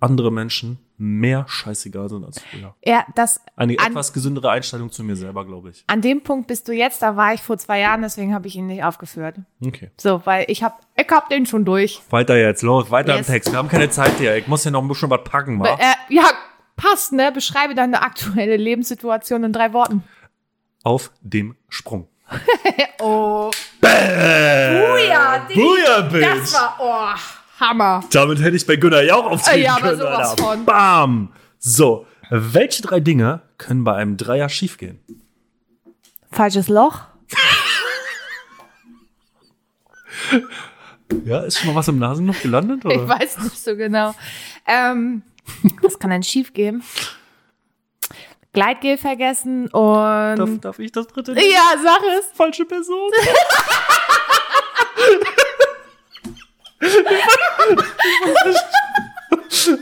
B: andere Menschen mehr scheißegal sind als früher.
A: ja, das
B: Eine
A: An-
B: etwas gesündere Einstellung zu mir selber, glaube ich.
A: an dem Punkt bist du jetzt, da war ich vor zwei Jahren, deswegen habe ich ihn nicht aufgeführt.
B: Okay.
A: So, weil ich habe ich hab den schon durch.
B: Weiter jetzt, los, weiter
A: Yes.
B: im Text. Wir haben keine Zeit hier. Ich muss hier noch ein bisschen was packen, wa?
A: Äh, ja, passt, ne? Beschreibe deine aktuelle Lebenssituation in drei Worten.
B: Auf dem Sprung.
A: Oh. Booyah, Ding.
B: Äh, Booyah,
A: Das
B: Bitch!
A: war, oh, Hammer.
B: Damit hätte ich bei Gunnar ja auch auftreten
A: Äh, ja, aber
B: können,
A: sowas
B: Alter.
A: von.
B: Bam! So, welche drei Dinge können bei einem Dreier schiefgehen?
A: Falsches Loch.
B: Ja, ist schon mal was im Nasenloch gelandet? Oder?
A: Ich weiß nicht so genau. Ähm, was kann denn schief gehen? Gleitgel vergessen
B: darf,
A: und.
B: darf ich das dritte?
A: Ja, sag es.
B: Falsche Person.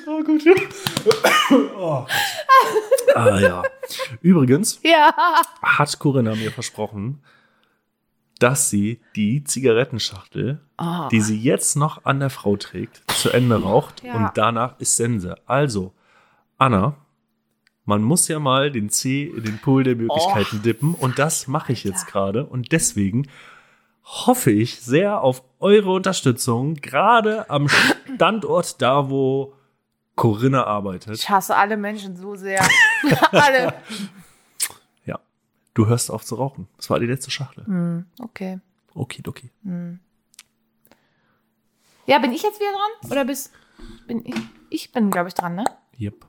B: Oh, gut. Ja. Oh. Ah, ja. Übrigens
A: Ja.
B: hat Corinna mir versprochen, dass sie die Zigarettenschachtel,
A: Oh.
B: die sie jetzt noch an der Frau trägt, zu Ende raucht
A: Ja.
B: und danach ist Sense. Also, Anna, man muss ja mal den C in den Pool der Möglichkeiten dippen und das mache ich jetzt gerade und deswegen hoffe ich sehr auf eure Unterstützung, gerade am Standort da, wo Corinna arbeitet.
C: Ich hasse alle Menschen so sehr. alle.
B: Ja, du hörst auf zu rauchen. Das war die letzte Schachtel.
C: Hm, okay.
B: Okidoki.
C: Ja, bin ich jetzt wieder dran? Oder bist. Bin ich? Ich bin, glaube ich, dran, ne?
B: Yep.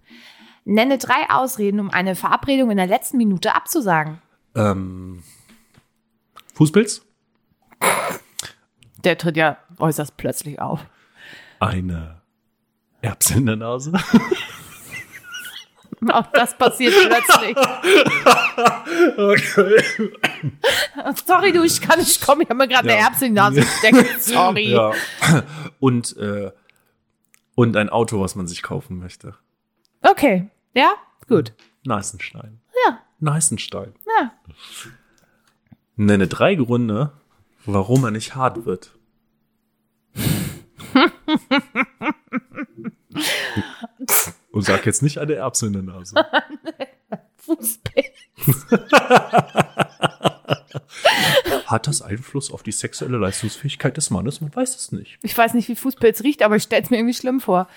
A: Nenne drei Ausreden, um eine Verabredung in der letzten Minute abzusagen.
B: Ähm, Fußpilz?
C: Der tritt ja äußerst plötzlich auf.
B: Eine Erbse in der Nase.
C: Auch das passiert plötzlich.
A: Sorry, du, ich kann nicht kommen. Ich habe mir gerade
B: Ja.
A: eine Erbse in die Nase gesteckt. Sorry.
B: ja. Und, äh, und ein Auto, was man sich kaufen möchte.
A: Okay. Ja? Gut.
B: Neißenstein.
A: Ja.
B: Neißenstein.
A: Ja.
B: Nenne drei Gründe, warum er nicht hart wird. Und sag jetzt nicht eine Erbse in der Nase.
A: Fußpilz.
B: Hat das Einfluss auf die sexuelle Leistungsfähigkeit des Mannes? Man weiß es nicht.
A: Ich weiß nicht, wie Fußpilz riecht, aber ich stelle es mir irgendwie schlimm vor.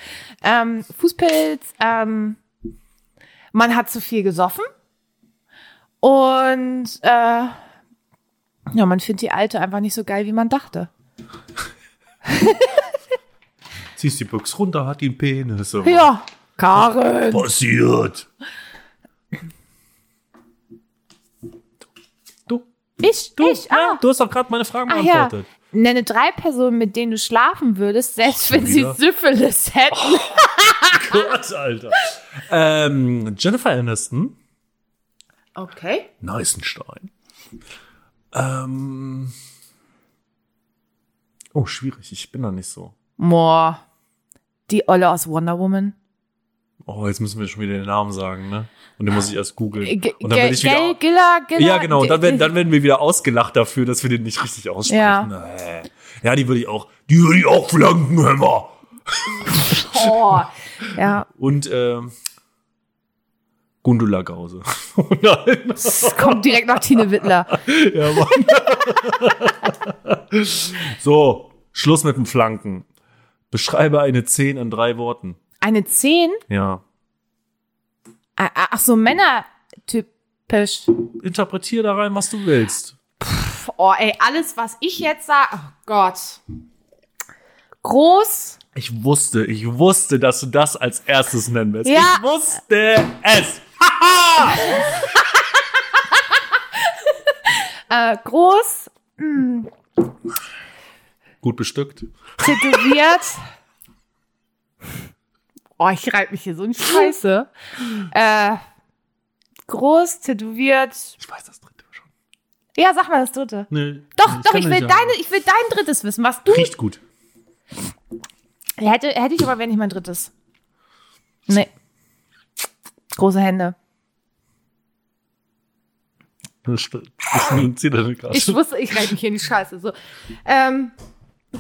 A: Ähm, Fußpilz, ähm, man hat zu viel gesoffen. Und äh, ja, man findet die Alte einfach nicht so geil, wie man dachte.
B: Ziehst die Büchs runter, hat den Penis.
A: Ja, Karen.
B: Passiert. Du,
A: Ich, ich, ah.
B: du hast doch gerade meine Fragen
A: Ach ja.
B: beantwortet.
A: Nenne drei Personen, mit denen du schlafen würdest, selbst
B: schon
A: wenn sie
B: wieder?
A: Syphilis hätten. Ah.
B: Gott, Alter. ähm, Jennifer Aniston. Oh.
A: Okay.
B: Neißenstein. Ähm. Oh, schwierig. Ich bin da nicht so.
A: Moa. Die Olle aus Wonder Woman.
B: Oh, jetzt müssen wir schon wieder den Namen sagen, ne? Und den muss ich erst googeln.
A: G
B: Und dann werde ich wieder.
A: Giller, Giller.
B: Ja, genau. Und dann werden, dann werden wir wieder ausgelacht dafür, dass wir den nicht richtig aussprechen.
A: Ja.
B: Nee. Ja, die würde ich auch. Die würde ich auch flanken, hör mal.
A: Oh. Ja,
B: Und ähm, Gundula Gause. Oh nein.
A: es kommt direkt nach Tine Wittler.
B: Ja, Mann. so, Schluss mit dem Flanken. Beschreibe eine 10 in drei Worten.
A: Eine 10?
B: Ja.
A: Ah, ah, Ach so, Männertypisch.
B: Interpretier da rein, was du willst.
A: Pff, Oh, ey, alles, was ich jetzt sage. Oh Gott. Groß.
B: Ich wusste, ich wusste, dass du das als erstes nennen willst.
A: Ja.
B: Ich wusste es.
A: Äh, groß.
B: Gut bestückt.
A: tätowiert. Oh, ich reib mich hier so in Scheiße. Äh, groß, tätowiert.
B: Ich weiß das dritte schon.
A: Ja, sag mal das dritte.
B: Nee,
A: Doch, doch,
B: kann
A: ich
B: nicht
A: will,
B: sagen.
A: deine, ich will dein drittes wissen, was du.
B: Riecht gut.
A: Hätte, hätte ich aber, wenn ich mein drittes. Nee. Große Hände.
B: Das ist ein
A: Ich
B: Zitronenkarte.
A: wusste, ich reib mich hier in die Scheiße. So. Ähm,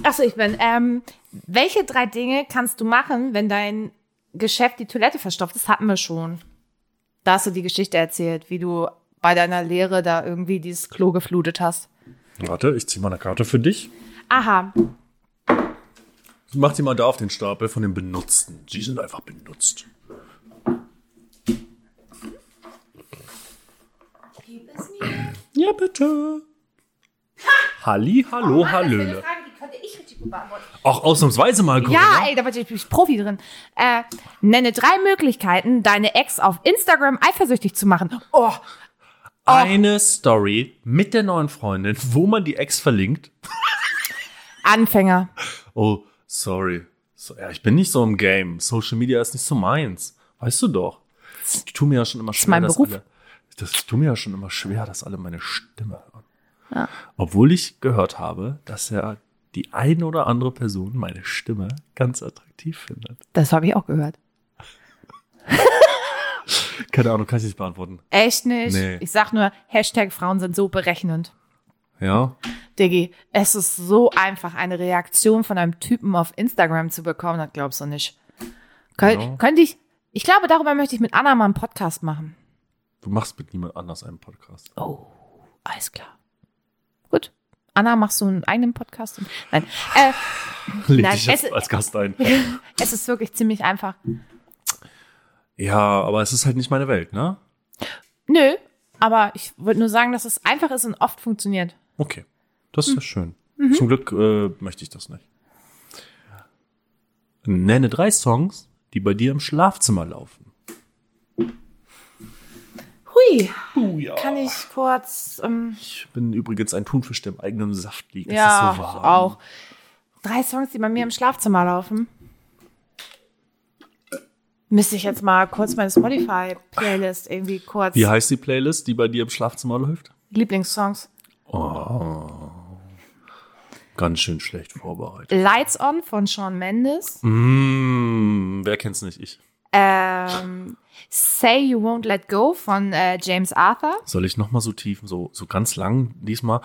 A: achso, ich bin. Ähm, welche drei Dinge kannst du machen, wenn dein Geschäft die Toilette verstopft? Das hatten wir schon. Da hast du die Geschichte erzählt, wie du bei deiner Lehre da irgendwie dieses Klo geflutet hast.
B: Warte, ich zieh mal eine Karte für dich.
A: Aha.
B: Mach die mal da auf den Stapel von den Benutzten. Sie sind einfach benutzt. Ja, bitte. Halli, hallo, hallöle.
A: die könnte ich richtig gut beantworten.
B: Auch ausnahmsweise mal ne? Corinna.
A: Ja, ey, da bin ich bin ich Profi drin. Äh, nenne drei Möglichkeiten, deine Ex auf Instagram eifersüchtig zu machen. Oh,
B: Eine Story mit der neuen Freundin, wo man die Ex verlinkt.
A: Anfänger.
B: Oh, sorry. So, ja, ich bin nicht so im Game. Social Media ist nicht so meins. Weißt du doch. Ich tue mir ja schon immer schwer,
A: mein
B: dass
A: Beruf.
B: alle, das ich tue mir ja schon immer schwer, dass alle meine Stimme hören. Obwohl ich gehört habe, dass ja die eine oder andere Person meine Stimme ganz attraktiv findet.
A: Das habe ich auch gehört.
B: Keine Ahnung, kann ich nicht beantworten.
A: Echt nicht?
B: Nee.
A: Ich sag nur, Hashtag Frauen sind so berechnend.
B: Ja.
A: Diggi, es ist so einfach, eine Reaktion von einem Typen auf Instagram zu bekommen, das glaubst du nicht. Könnt,
B: Ja.
A: Könnte ich, ich glaube, darüber möchte ich mit Anna mal einen Podcast machen.
B: Du machst mit niemand anders einen Podcast.
A: Oh, alles klar. Gut. Anna, machst du einen eigenen Podcast? Nein. Äh,
B: Leg
A: Nein,
B: dich jetzt
A: es-
B: als Gast ein.
A: es ist wirklich ziemlich einfach.
B: Ja, aber es ist halt nicht meine Welt, ne?
A: Nö, aber ich wollte nur sagen, dass es einfach ist und oft funktioniert.
B: Okay. Das ist
A: Hm.
B: ja schön.
A: Mhm.
B: Zum Glück äh, möchte ich das nicht. Nenne drei Songs, die bei dir im Schlafzimmer laufen.
A: Hui,
B: Buja.
A: kann ich kurz. Ähm,
B: Ich bin übrigens ein Thunfisch, der im eigenen Saft liegt. Es
A: ja,
B: ist so warm.
A: auch. Drei Songs, die bei mir im Schlafzimmer laufen. Müsste ich jetzt mal kurz meine Spotify-Playlist irgendwie kurz.
B: Wie heißt die Playlist, die bei dir im Schlafzimmer läuft? Oh.
A: Lieblingssongs.
B: Ganz schön schlecht vorbereitet.
A: Lights On von Sean Mendes.
B: Mm, wer kennt's nicht? Ich.
A: Ähm, Say You Won't Let Go von äh, James Arthur.
B: Soll ich noch mal so tief, so, so ganz lang diesmal?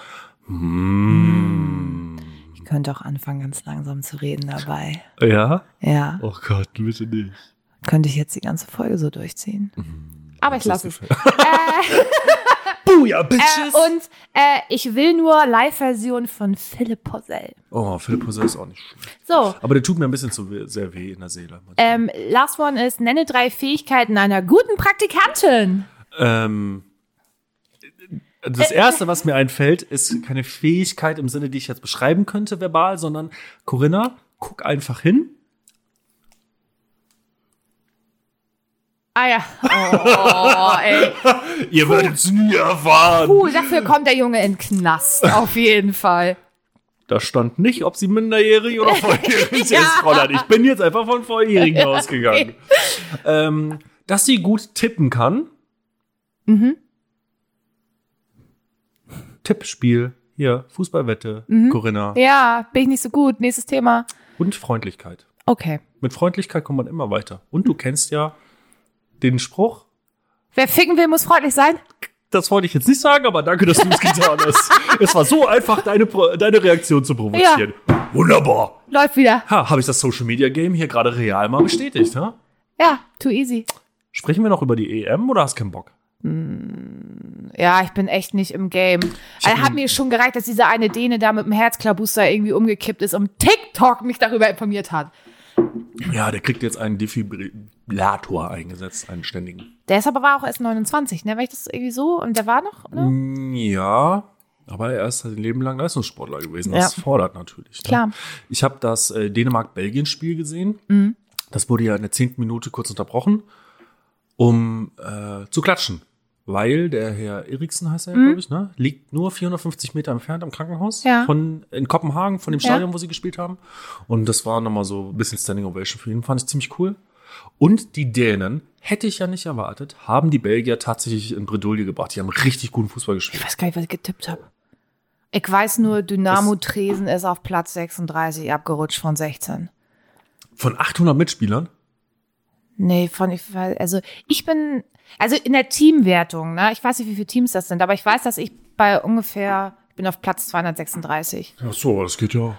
B: Mm.
A: Ich könnte auch anfangen, ganz langsam zu reden dabei.
B: Ja?
A: Ja,
B: Oh Gott, bitte nicht.
A: könnte ich jetzt die ganze Folge so durchziehen. Aber ich lasse es.
B: Booyah, Bitches!
A: Äh, und äh, ich will nur Live-Version von Philipp Possell.
B: oh, Philipp Husser ist auch nicht schlecht.
A: So,
B: Aber der tut mir ein bisschen zu we- sehr weh in der Seele.
A: ähm, last one ist, nenne drei Fähigkeiten einer guten Praktikantin.
B: Ähm, das Erste, was mir einfällt, ist keine Fähigkeit im Sinne, die ich jetzt beschreiben könnte verbal, sondern Corinna, guck einfach hin.
A: Ah ja. Oh, ey.
B: Ihr werdet es nie erfahren.
A: Puh, Uh, dafür kommt der Junge in den Knast, auf jeden Fall.
B: Da stand nicht, ob sie minderjährig oder volljährig ist, Fräulein. Ich bin jetzt einfach von Volljährigen ausgegangen. Ähm, dass sie gut tippen kann. Tippspiel. Hier, Fußballwette, Corinna.
A: Ja, bin ich nicht so gut. Nächstes Thema.
B: Und Freundlichkeit.
A: Okay.
B: Mit Freundlichkeit kommt man immer weiter. Und du kennst ja den Spruch.
A: Wer ficken will, muss freundlich sein.
B: Das wollte ich jetzt nicht sagen, aber danke, dass du es getan hast. es war so einfach, deine, Pro- deine Reaktion zu provozieren. Wunderbar.
A: Läuft wieder.
B: Ha, habe ich das Social Media Game hier gerade real mal bestätigt, ha?
A: Ja, too easy.
B: Sprechen wir noch über die EM oder hast keinen Bock?
A: Ja, ich bin echt nicht im Game. Also, hat mir schon gereicht, dass dieser eine Däne da mit dem Herzklabuster irgendwie umgekippt ist und TikTok mich darüber informiert hat.
B: Ja, der kriegt jetzt einen Defibrillator eingesetzt, einen ständigen.
A: Der ist aber war auch erst 29, ne? Weil ich das irgendwie so und der war noch, ne?
B: Mm, Ja, aber er ist sein Leben lang Leistungssportler gewesen.
A: Ja.
B: Das fordert natürlich. Ne?
A: Klar.
B: Ich habe das äh, Dänemark-Belgien-Spiel gesehen.
A: Mhm.
B: Das wurde ja in der zehnten Minute kurz unterbrochen, um äh, zu klatschen. Weil der Herr Eriksen heißt er, ja, glaube ich, ne? liegt nur 450 Meter entfernt am Krankenhaus
A: Mhm. Ja.
B: von, in Kopenhagen, von dem Stadion, wo sie gespielt haben. Und das war nochmal so ein bisschen Standing Ovation für ihn. Fand ich ziemlich cool. Und die Dänen, hätte ich ja nicht erwartet, haben die Belgier tatsächlich in Bredouille gebracht. Die haben richtig guten Fußball
A: Ich
B: gespielt.
A: weiß gar nicht, was ich getippt habe. Ich weiß nur, Dynamo Tresen ist auf Platz 36 abgerutscht von 16.
B: Von 800 Mitspielern?
A: Nee, von, ich weiß- also ich bin, also in der Teamwertung, ne? Ich weiß nicht, wie viele Teams das sind, aber ich weiß, dass ich bei ungefähr, ich bin auf Platz 236.
B: Ach so, das geht ja.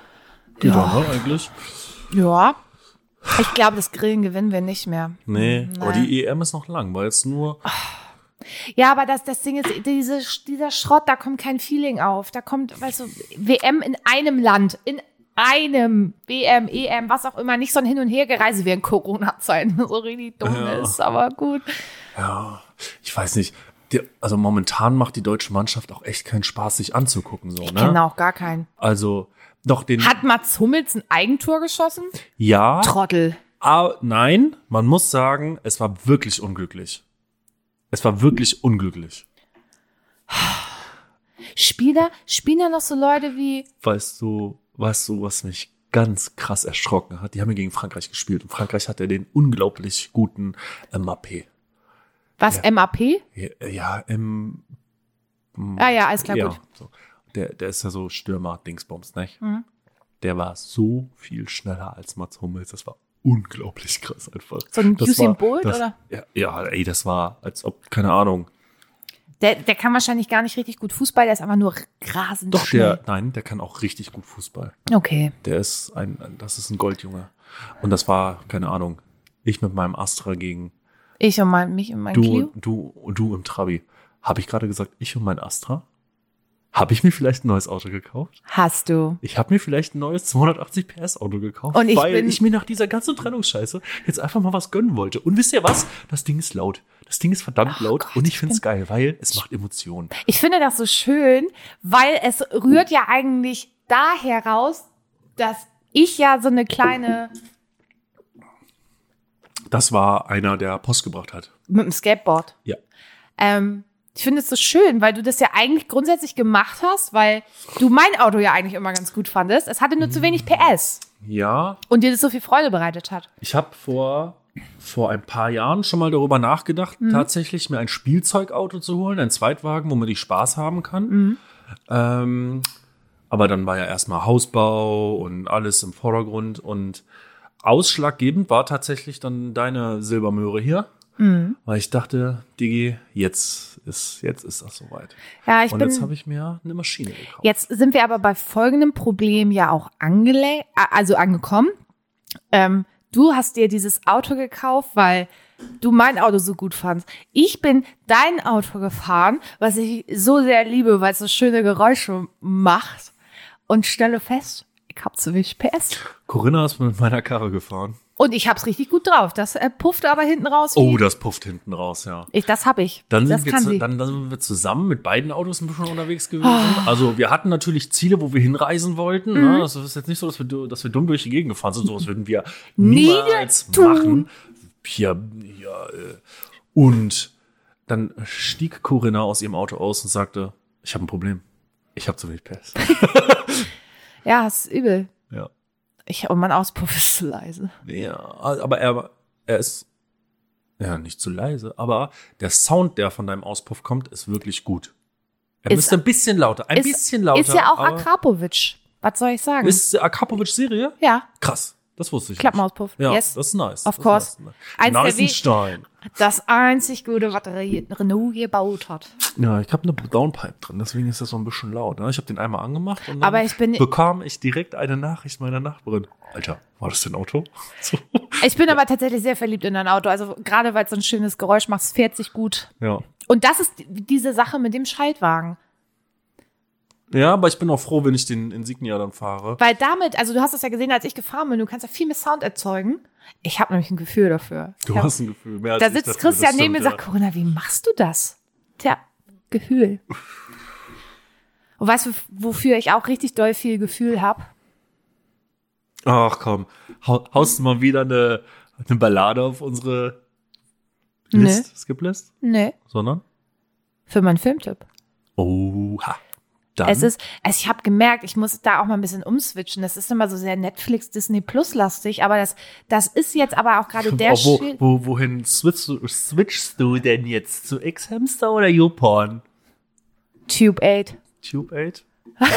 B: Geht ja, ne, eigentlich.
A: Ja. Ich glaube, das Grillen gewinnen wir nicht mehr.
B: Nee, aber
A: Nein.
B: die EM ist noch lang, weil jetzt nur.
A: Ja, aber das, das Ding ist, diese, dieser Schrott, da kommt kein Feeling auf. Da kommt, weißt du, WM in einem Land, in einem WM, EM, was auch immer, nicht so ein Hin- und Hergereise wie in Corona-Zeiten, so richtig dumm
B: Ja.
A: ist, aber gut.
B: Ja, ich weiß nicht. Die, also momentan macht die deutsche Mannschaft auch echt keinen Spaß, sich anzugucken, so, ne?
A: Kenne auch Genau, gar keinen.
B: Also, doch den.
A: Hat Mats Hummels ein Eigentor geschossen?
B: ja,
A: Trottel.
B: aber nein, man muss sagen, es war wirklich unglücklich. Es war wirklich unglücklich.
A: Spieler, spielen da noch so Leute wie,
B: Weißt du, weißt du, was mich ganz krass erschrocken hat? Die haben ja gegen Frankreich gespielt und Frankreich hatte den unglaublich guten äh, Mbappé.
A: was, MAP?
B: Ja, ja, im
A: Ah ja, alles klar,
B: ja,
A: gut. Mhm.
B: So. Der, der ist ja so Stürmer, Dingsbums, nicht? ne? der war so viel schneller als Mats Hummels. Das war unglaublich krass einfach.
A: So ein
B: das
A: Usain
B: war-
A: Bolt,
B: das,
A: oder?
B: Ja, ja, ey, das war, als ob, keine Ahnung.
A: Der, der kann wahrscheinlich gar nicht richtig gut Fußball, der ist einfach nur rasend
B: Doch,
A: schnell.
B: der, nein, der kann auch richtig gut Fußball.
A: Okay.
B: Der ist ein, ein- das ist ein Goldjunge. Und das war, keine Ahnung, ich mit meinem Astra gegen
A: Ich und mein, mich und mein
B: du,
A: Clio.
B: du, du im Trabi. Habe ich gerade gesagt, ich und mein Astra? Habe ich mir vielleicht ein neues Auto gekauft?
A: Hast du.
B: Ich habe mir vielleicht ein neues 280 PS Auto gekauft,
A: Und ich
B: weil
A: bin-
B: ich mir nach dieser ganzen Trennungsscheiße jetzt einfach mal was gönnen wollte. Und wisst ihr was? Das Ding ist laut. Das Ding ist verdammt
A: Oh
B: laut
A: Gott,
B: und
A: ich
B: ich find's geil, weil es macht Emotionen.
A: Ich finde das so schön, weil es rührt ja eigentlich da heraus, dass ich ja so eine kleine
B: Das war einer, der Post gebracht hat.
A: mit dem Skateboard.
B: Ja.
A: Ähm, ich finde es so schön, weil du das ja eigentlich grundsätzlich gemacht hast, weil du mein Auto ja eigentlich immer ganz gut fandest. Es hatte nur
B: Mhm.
A: zu wenig PS
B: Ja,
A: und dir das so viel Freude bereitet hat.
B: Ich habe vor, vor ein paar Jahren schon mal darüber nachgedacht,
A: Mhm.
B: tatsächlich mir ein Spielzeugauto zu holen, einen Zweitwagen, womit ich Spaß haben kann.
A: Mhm.
B: Ähm, aber dann war ja erstmal Hausbau und alles im Vordergrund. Und ausschlaggebend war tatsächlich dann deine Silbermöhre hier.
A: Mhm.
B: Weil ich dachte, Digi, jetzt ist, jetzt ist das soweit.
A: Ja, ich
B: und
A: bin.
B: jetzt habe ich mir eine Maschine gekauft.
A: Jetzt sind wir aber bei folgendem Problem ja auch angele a- also angekommen. Ähm, du hast dir dieses Auto gekauft, weil du mein Auto so gut fandst. Ich bin dein Auto gefahren, was ich so sehr liebe, weil es so schöne Geräusche macht und stelle fest, ich habe zu wenig PS.
B: Corinna ist mit meiner Karre gefahren.
A: Und ich hab's richtig gut drauf. Das äh, pufft aber hinten raus. wie-
B: Oh, das pufft hinten raus, ja.
A: ich, das hab ich.
B: Dann
A: das
B: sind, wir
A: kann
B: zu,
A: sie.
B: dann, dann sind wir zusammen mit beiden Autos ein bisschen unterwegs gewesen.
A: Ah.
B: Also wir hatten natürlich Ziele, wo wir hinreisen wollten.
A: Mhm.
B: Ne? Das ist jetzt nicht so, dass wir, du- dass wir dumm durch die Gegend gefahren sind. Sowas würden wir
A: Nie
B: niemals
A: tun.
B: machen. Ja, ja, äh. und dann stieg Corinna aus ihrem Auto aus und sagte, ich habe ein Problem. Ich habe zu wenig PS.
A: ja, ist übel.
B: ja.
A: Ich, und mein Auspuff ist zu leise.
B: ja, aber er, er ist ja nicht zu leise, aber der Sound, der von deinem Auspuff kommt, ist wirklich gut. Er
A: Ist-
B: müsste ein bisschen lauter, ein
A: ist,
B: bisschen lauter.
A: Ist ja auch
B: aber-
A: Akrapovic. Was soll ich sagen?
B: Ist Akapovic Serie?
A: ja,
B: Krass. Das wusste ich. nicht.
A: Klappenauspuff.
B: Ja,
A: yes.
B: das ist nice.
A: Of
B: das
A: course.
B: Ist nice.
A: Eins der
B: nice
A: we-
B: Stein.
A: Das einzig Gute, was Re- Renault gebaut hat.
B: Ja, ich habe eine Downpipe drin, deswegen ist das so ein bisschen laut. Ne? Ich habe den einmal angemacht und dann
A: Aber ich bin-
B: bekam ich direkt eine Nachricht meiner Nachbarin. Alter, war das dein Auto? So.
A: Ich bin aber tatsächlich sehr verliebt in dein Auto. Also gerade weil es so ein schönes Geräusch macht, es fährt sich gut.
B: Ja.
A: Und das ist die- diese Sache mit dem Schaltwagen.
B: ja, aber ich bin auch froh, wenn ich den Insignia dann fahre.
A: Weil damit, also du hast das ja gesehen, als ich gefahren bin, du kannst ja viel mehr Sound erzeugen. Ich habe nämlich ein Gefühl dafür.
B: Du
A: Ich hab-
B: hast ein Gefühl mehr als
A: da
B: ich
A: sitzt
B: dafür,
A: Christian
B: das
A: neben mir und
B: stimmt,
A: sagt, Corinna, wie machst du das? Tja, Gefühl. Und weißt du, wofür ich auch richtig doll viel Gefühl habe?
B: ja. Ach komm, hau, haust du mal wieder eine, eine Ballade auf unsere
A: Nee.
B: List, Skip-List,
A: Nee.
B: sondern?
A: Für meinen Filmtipp.
B: Oha. Dann
A: Es ist, also ich habe gemerkt, ich muss da auch mal ein bisschen umswitchen. Das ist immer so sehr Netflix, Disney Plus lastig, aber das, das ist jetzt aber auch gerade also der
B: Oh, wo,
A: Schi-
B: wo, wohin switchst du, switchst du denn jetzt? Zu X-Hamster oder YouPorn?
A: Tube 8.
B: Tube 8?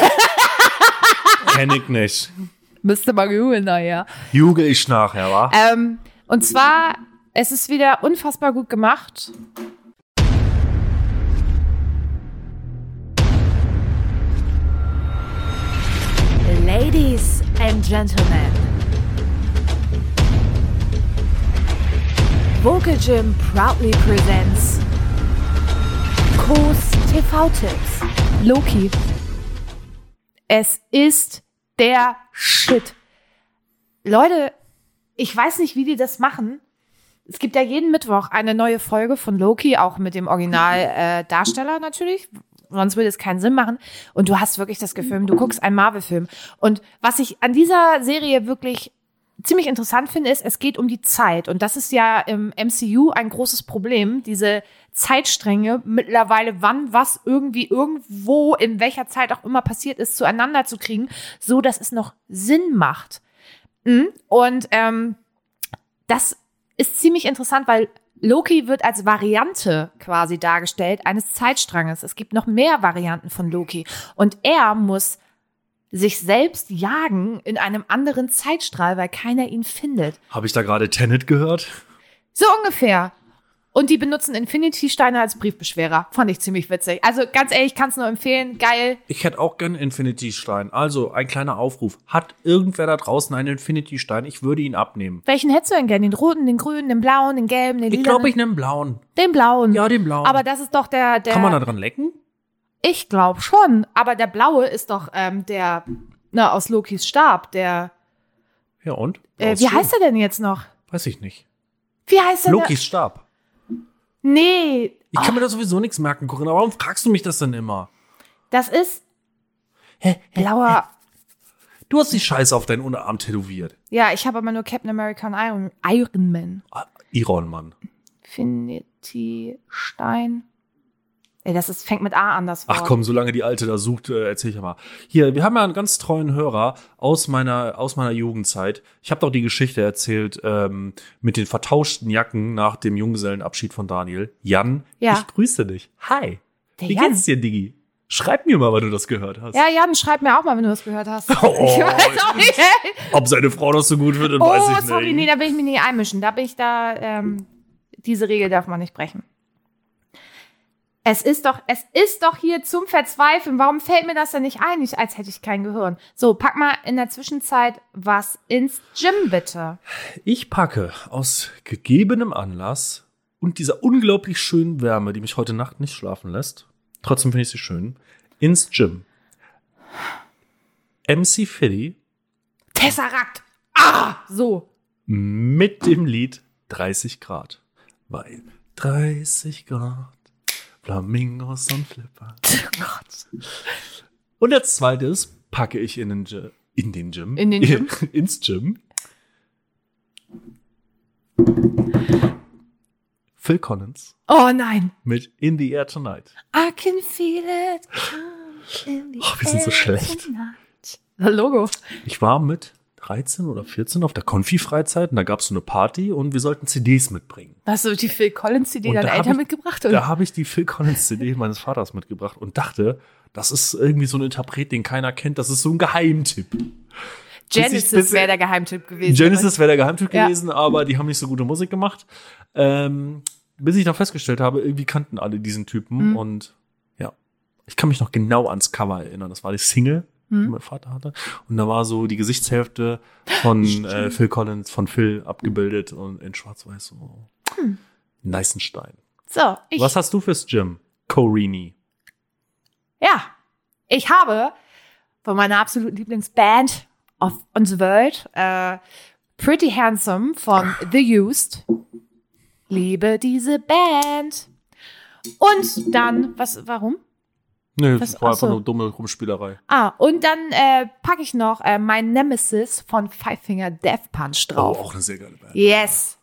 B: Kenn ich nicht.
A: Müsste mal googeln, naja.
B: Juge ich nachher, wa?
A: Ähm, und zwar, es ist wieder unfassbar gut gemacht.
D: Ladies and Gentlemen, Vocal Gym proudly presents Kurs TV-Tipps.
A: Loki. Es ist der Shit. Leute, ich weiß nicht, wie die das machen. Es gibt ja jeden Mittwoch eine neue Folge von Loki, auch mit dem Originaldarsteller äh, Darsteller natürlich. Sonst würde es keinen Sinn machen. Und du hast wirklich das Gefühl, du guckst einen Marvel-Film. Und was ich an dieser Serie wirklich ziemlich interessant finde, ist, es geht um die Zeit. Und das ist ja im MCU ein großes Problem, diese Zeitstränge mittlerweile, wann was irgendwie irgendwo, in welcher Zeit auch immer passiert ist, zueinander zu kriegen, so dass es noch Sinn macht. Mhm. Und ähm, das ist ziemlich interessant, weil Loki wird als Variante quasi dargestellt eines Zeitstranges. Es gibt noch mehr Varianten von Loki. Und er muss sich selbst jagen in einem anderen Zeitstrahl, weil keiner ihn findet.
B: Habe ich da gerade Tenet gehört?
A: So ungefähr. Und die benutzen Infinity-Steine als Briefbeschwerer. Fand ich ziemlich witzig. Also ganz ehrlich, kann es nur empfehlen. Geil.
B: Ich hätte auch gern Infinity-Stein. Also, ein kleiner Aufruf. Hat irgendwer da draußen einen Infinity-Stein? Ich würde ihn abnehmen.
A: Welchen hättest du denn gern? Den roten, den grünen, den blauen, den gelben, den
B: Ich
A: lilanen?
B: glaube, ich nehme einen blauen.
A: den blauen.
B: Ja, den blauen.
A: Mhm. Aber das ist doch der, der
B: Kann man da dran lecken?
A: Ich glaube schon, aber der blaue ist doch ähm, der, na, aus Lokis Stab, der,
B: Ja, und?
A: äh, wie heißt er denn jetzt noch?
B: er? Weiß ich nicht.
A: Wie heißt er
B: Lokis Stab.
A: denn? Nee,
B: Ich kann mir da sowieso nichts merken, Corinna. Warum fragst du mich das denn immer?
A: das ist blauer,
B: Du hast die Scheiße auf deinen Unterarm tätowiert.
A: ja, ich habe aber nur Captain America und Iron, Iron Man.
B: Ah, Iron Mann.
A: Finity Stein. Ey, das ist, fängt mit A an, das Wort.
B: Ach komm, solange die Alte da sucht, äh, erzähl ich ja mal. Hier, wir haben ja einen ganz treuen Hörer aus meiner, aus meiner Jugendzeit. Ich habe doch die Geschichte erzählt ähm, mit den vertauschten Jacken nach dem Junggesellenabschied von Daniel. Jan,
A: Ja.
B: ich grüße dich. Hi.
A: Der
B: Wie
A: Jan.
B: geht's dir, Diggi? Schreib mir mal, wann du das gehört hast.
A: Ja, Jan, schreib mir auch mal, wenn du das gehört hast.
B: Oh.
A: Ich weiß auch nicht.
B: Ob seine Frau das so gut findet,
A: Oh,
B: weiß ich
A: sorry, nee,
B: nicht.
A: da will ich mich nicht einmischen. Da bin ich da, ähm, diese Regel darf man nicht brechen. Es ist doch, es ist doch hier zum Verzweifeln. Warum fällt mir das denn nicht ein? Ich, als hätte ich kein Gehirn. So, pack mal in der Zwischenzeit was ins Gym, bitte.
B: Ich packe aus gegebenem Anlass und dieser unglaublich schönen Wärme, die mich heute Nacht nicht schlafen lässt, trotzdem finde ich sie schön, ins Gym. MC Fiddy
A: Tesseract. Ah, so.
B: mit dem Lied 30 Grad. Weil 30 Grad, Flamingos und Flipper.
A: Oh
B: Und als zweites packe ich in den, Gy- in den Gym.
A: In den Gym?
B: Ins Gym. Phil Collins
A: Oh nein.
B: mit In the Air Tonight.
A: I can feel it. in the
B: Oh, wir sind so
A: air
B: schlecht.
A: tonight. Das Logo.
B: Ich war mit 13 oder 14 auf der Konfi-Freizeit und da gab es so eine Party und wir sollten CDs mitbringen.
A: Hast du die Phil Collins CD
B: Und
A: deinen
B: da hab
A: Eltern
B: ich-
A: mitgebracht?
B: Da habe ich die Phil Collins CD meines Vaters mitgebracht und dachte, das ist irgendwie so ein Interpret, den keiner kennt. Das ist so ein Geheimtipp.
A: Genesis
B: bis-
A: wäre der Geheimtipp gewesen.
B: Genesis wäre der Geheimtipp
A: Ja.
B: gewesen, aber die haben nicht so gute Musik gemacht. Ähm, bis ich dann festgestellt habe, irgendwie kannten alle diesen
A: Mhm.
B: Typen und ja, ich kann mich noch genau ans Cover erinnern. Das war die Single,
A: Mhm.
B: die mein Vater hatte. Und da war so die Gesichtshälfte von äh, Phil Collins, von Phil abgebildet und in Schwarz-Weiß so. Neißenstein.
A: So, Hm. ich
B: Was hast du fürs Gym? Corini.
A: Ja, ich habe von meiner absoluten Lieblingsband of on the World, äh, Pretty Handsome von The Used. Liebe diese Band. Und dann, was, warum?
B: Nö,
A: Was-
B: das war
A: ach so.
B: einfach nur dumme Rumspielerei.
A: Ah, und dann äh, packe ich noch äh, mein Nemesis von Five Finger Death Punch drauf.
B: Oh, eine sehr geile Band.
A: Oh, Yes.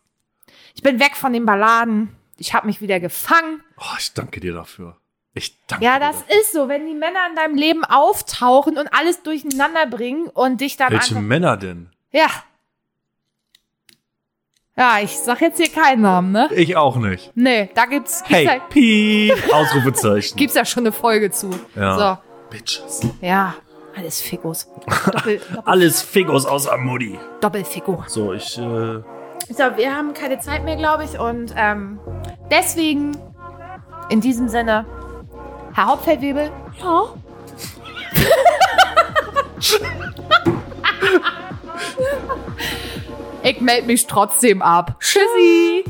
A: Ich bin weg von den Balladen. Ich habe mich wieder gefangen.
B: Oh, ich danke dir dafür. Ich danke
A: Ja,
B: dir.
A: das ist so, wenn die Männer in deinem Leben auftauchen und alles durcheinander bringen und dich dann
B: Welche
A: einfach
B: Männer denn?
A: Ja. Ja, ich sag jetzt hier keinen Namen, ne?
B: Ich auch nicht.
A: Nee, da gibt's, gibt's,
B: Hey,
A: ja,
B: Piep! Ausrufezeichen.
A: gibt's ja schon eine Folge zu.
B: Ja. Bitches.
A: So, ja. Alles Figus. Doppel, Doppel,
B: Alles Figos außer Mutti.
A: Doppelfigo.
B: So, ich, äh,
A: So, wir haben keine Zeit mehr, glaube ich. Und ähm, deswegen, in diesem Sinne, Herr Hauptfeldwebel. Ja. ich melde mich trotzdem ab. Tschüssi.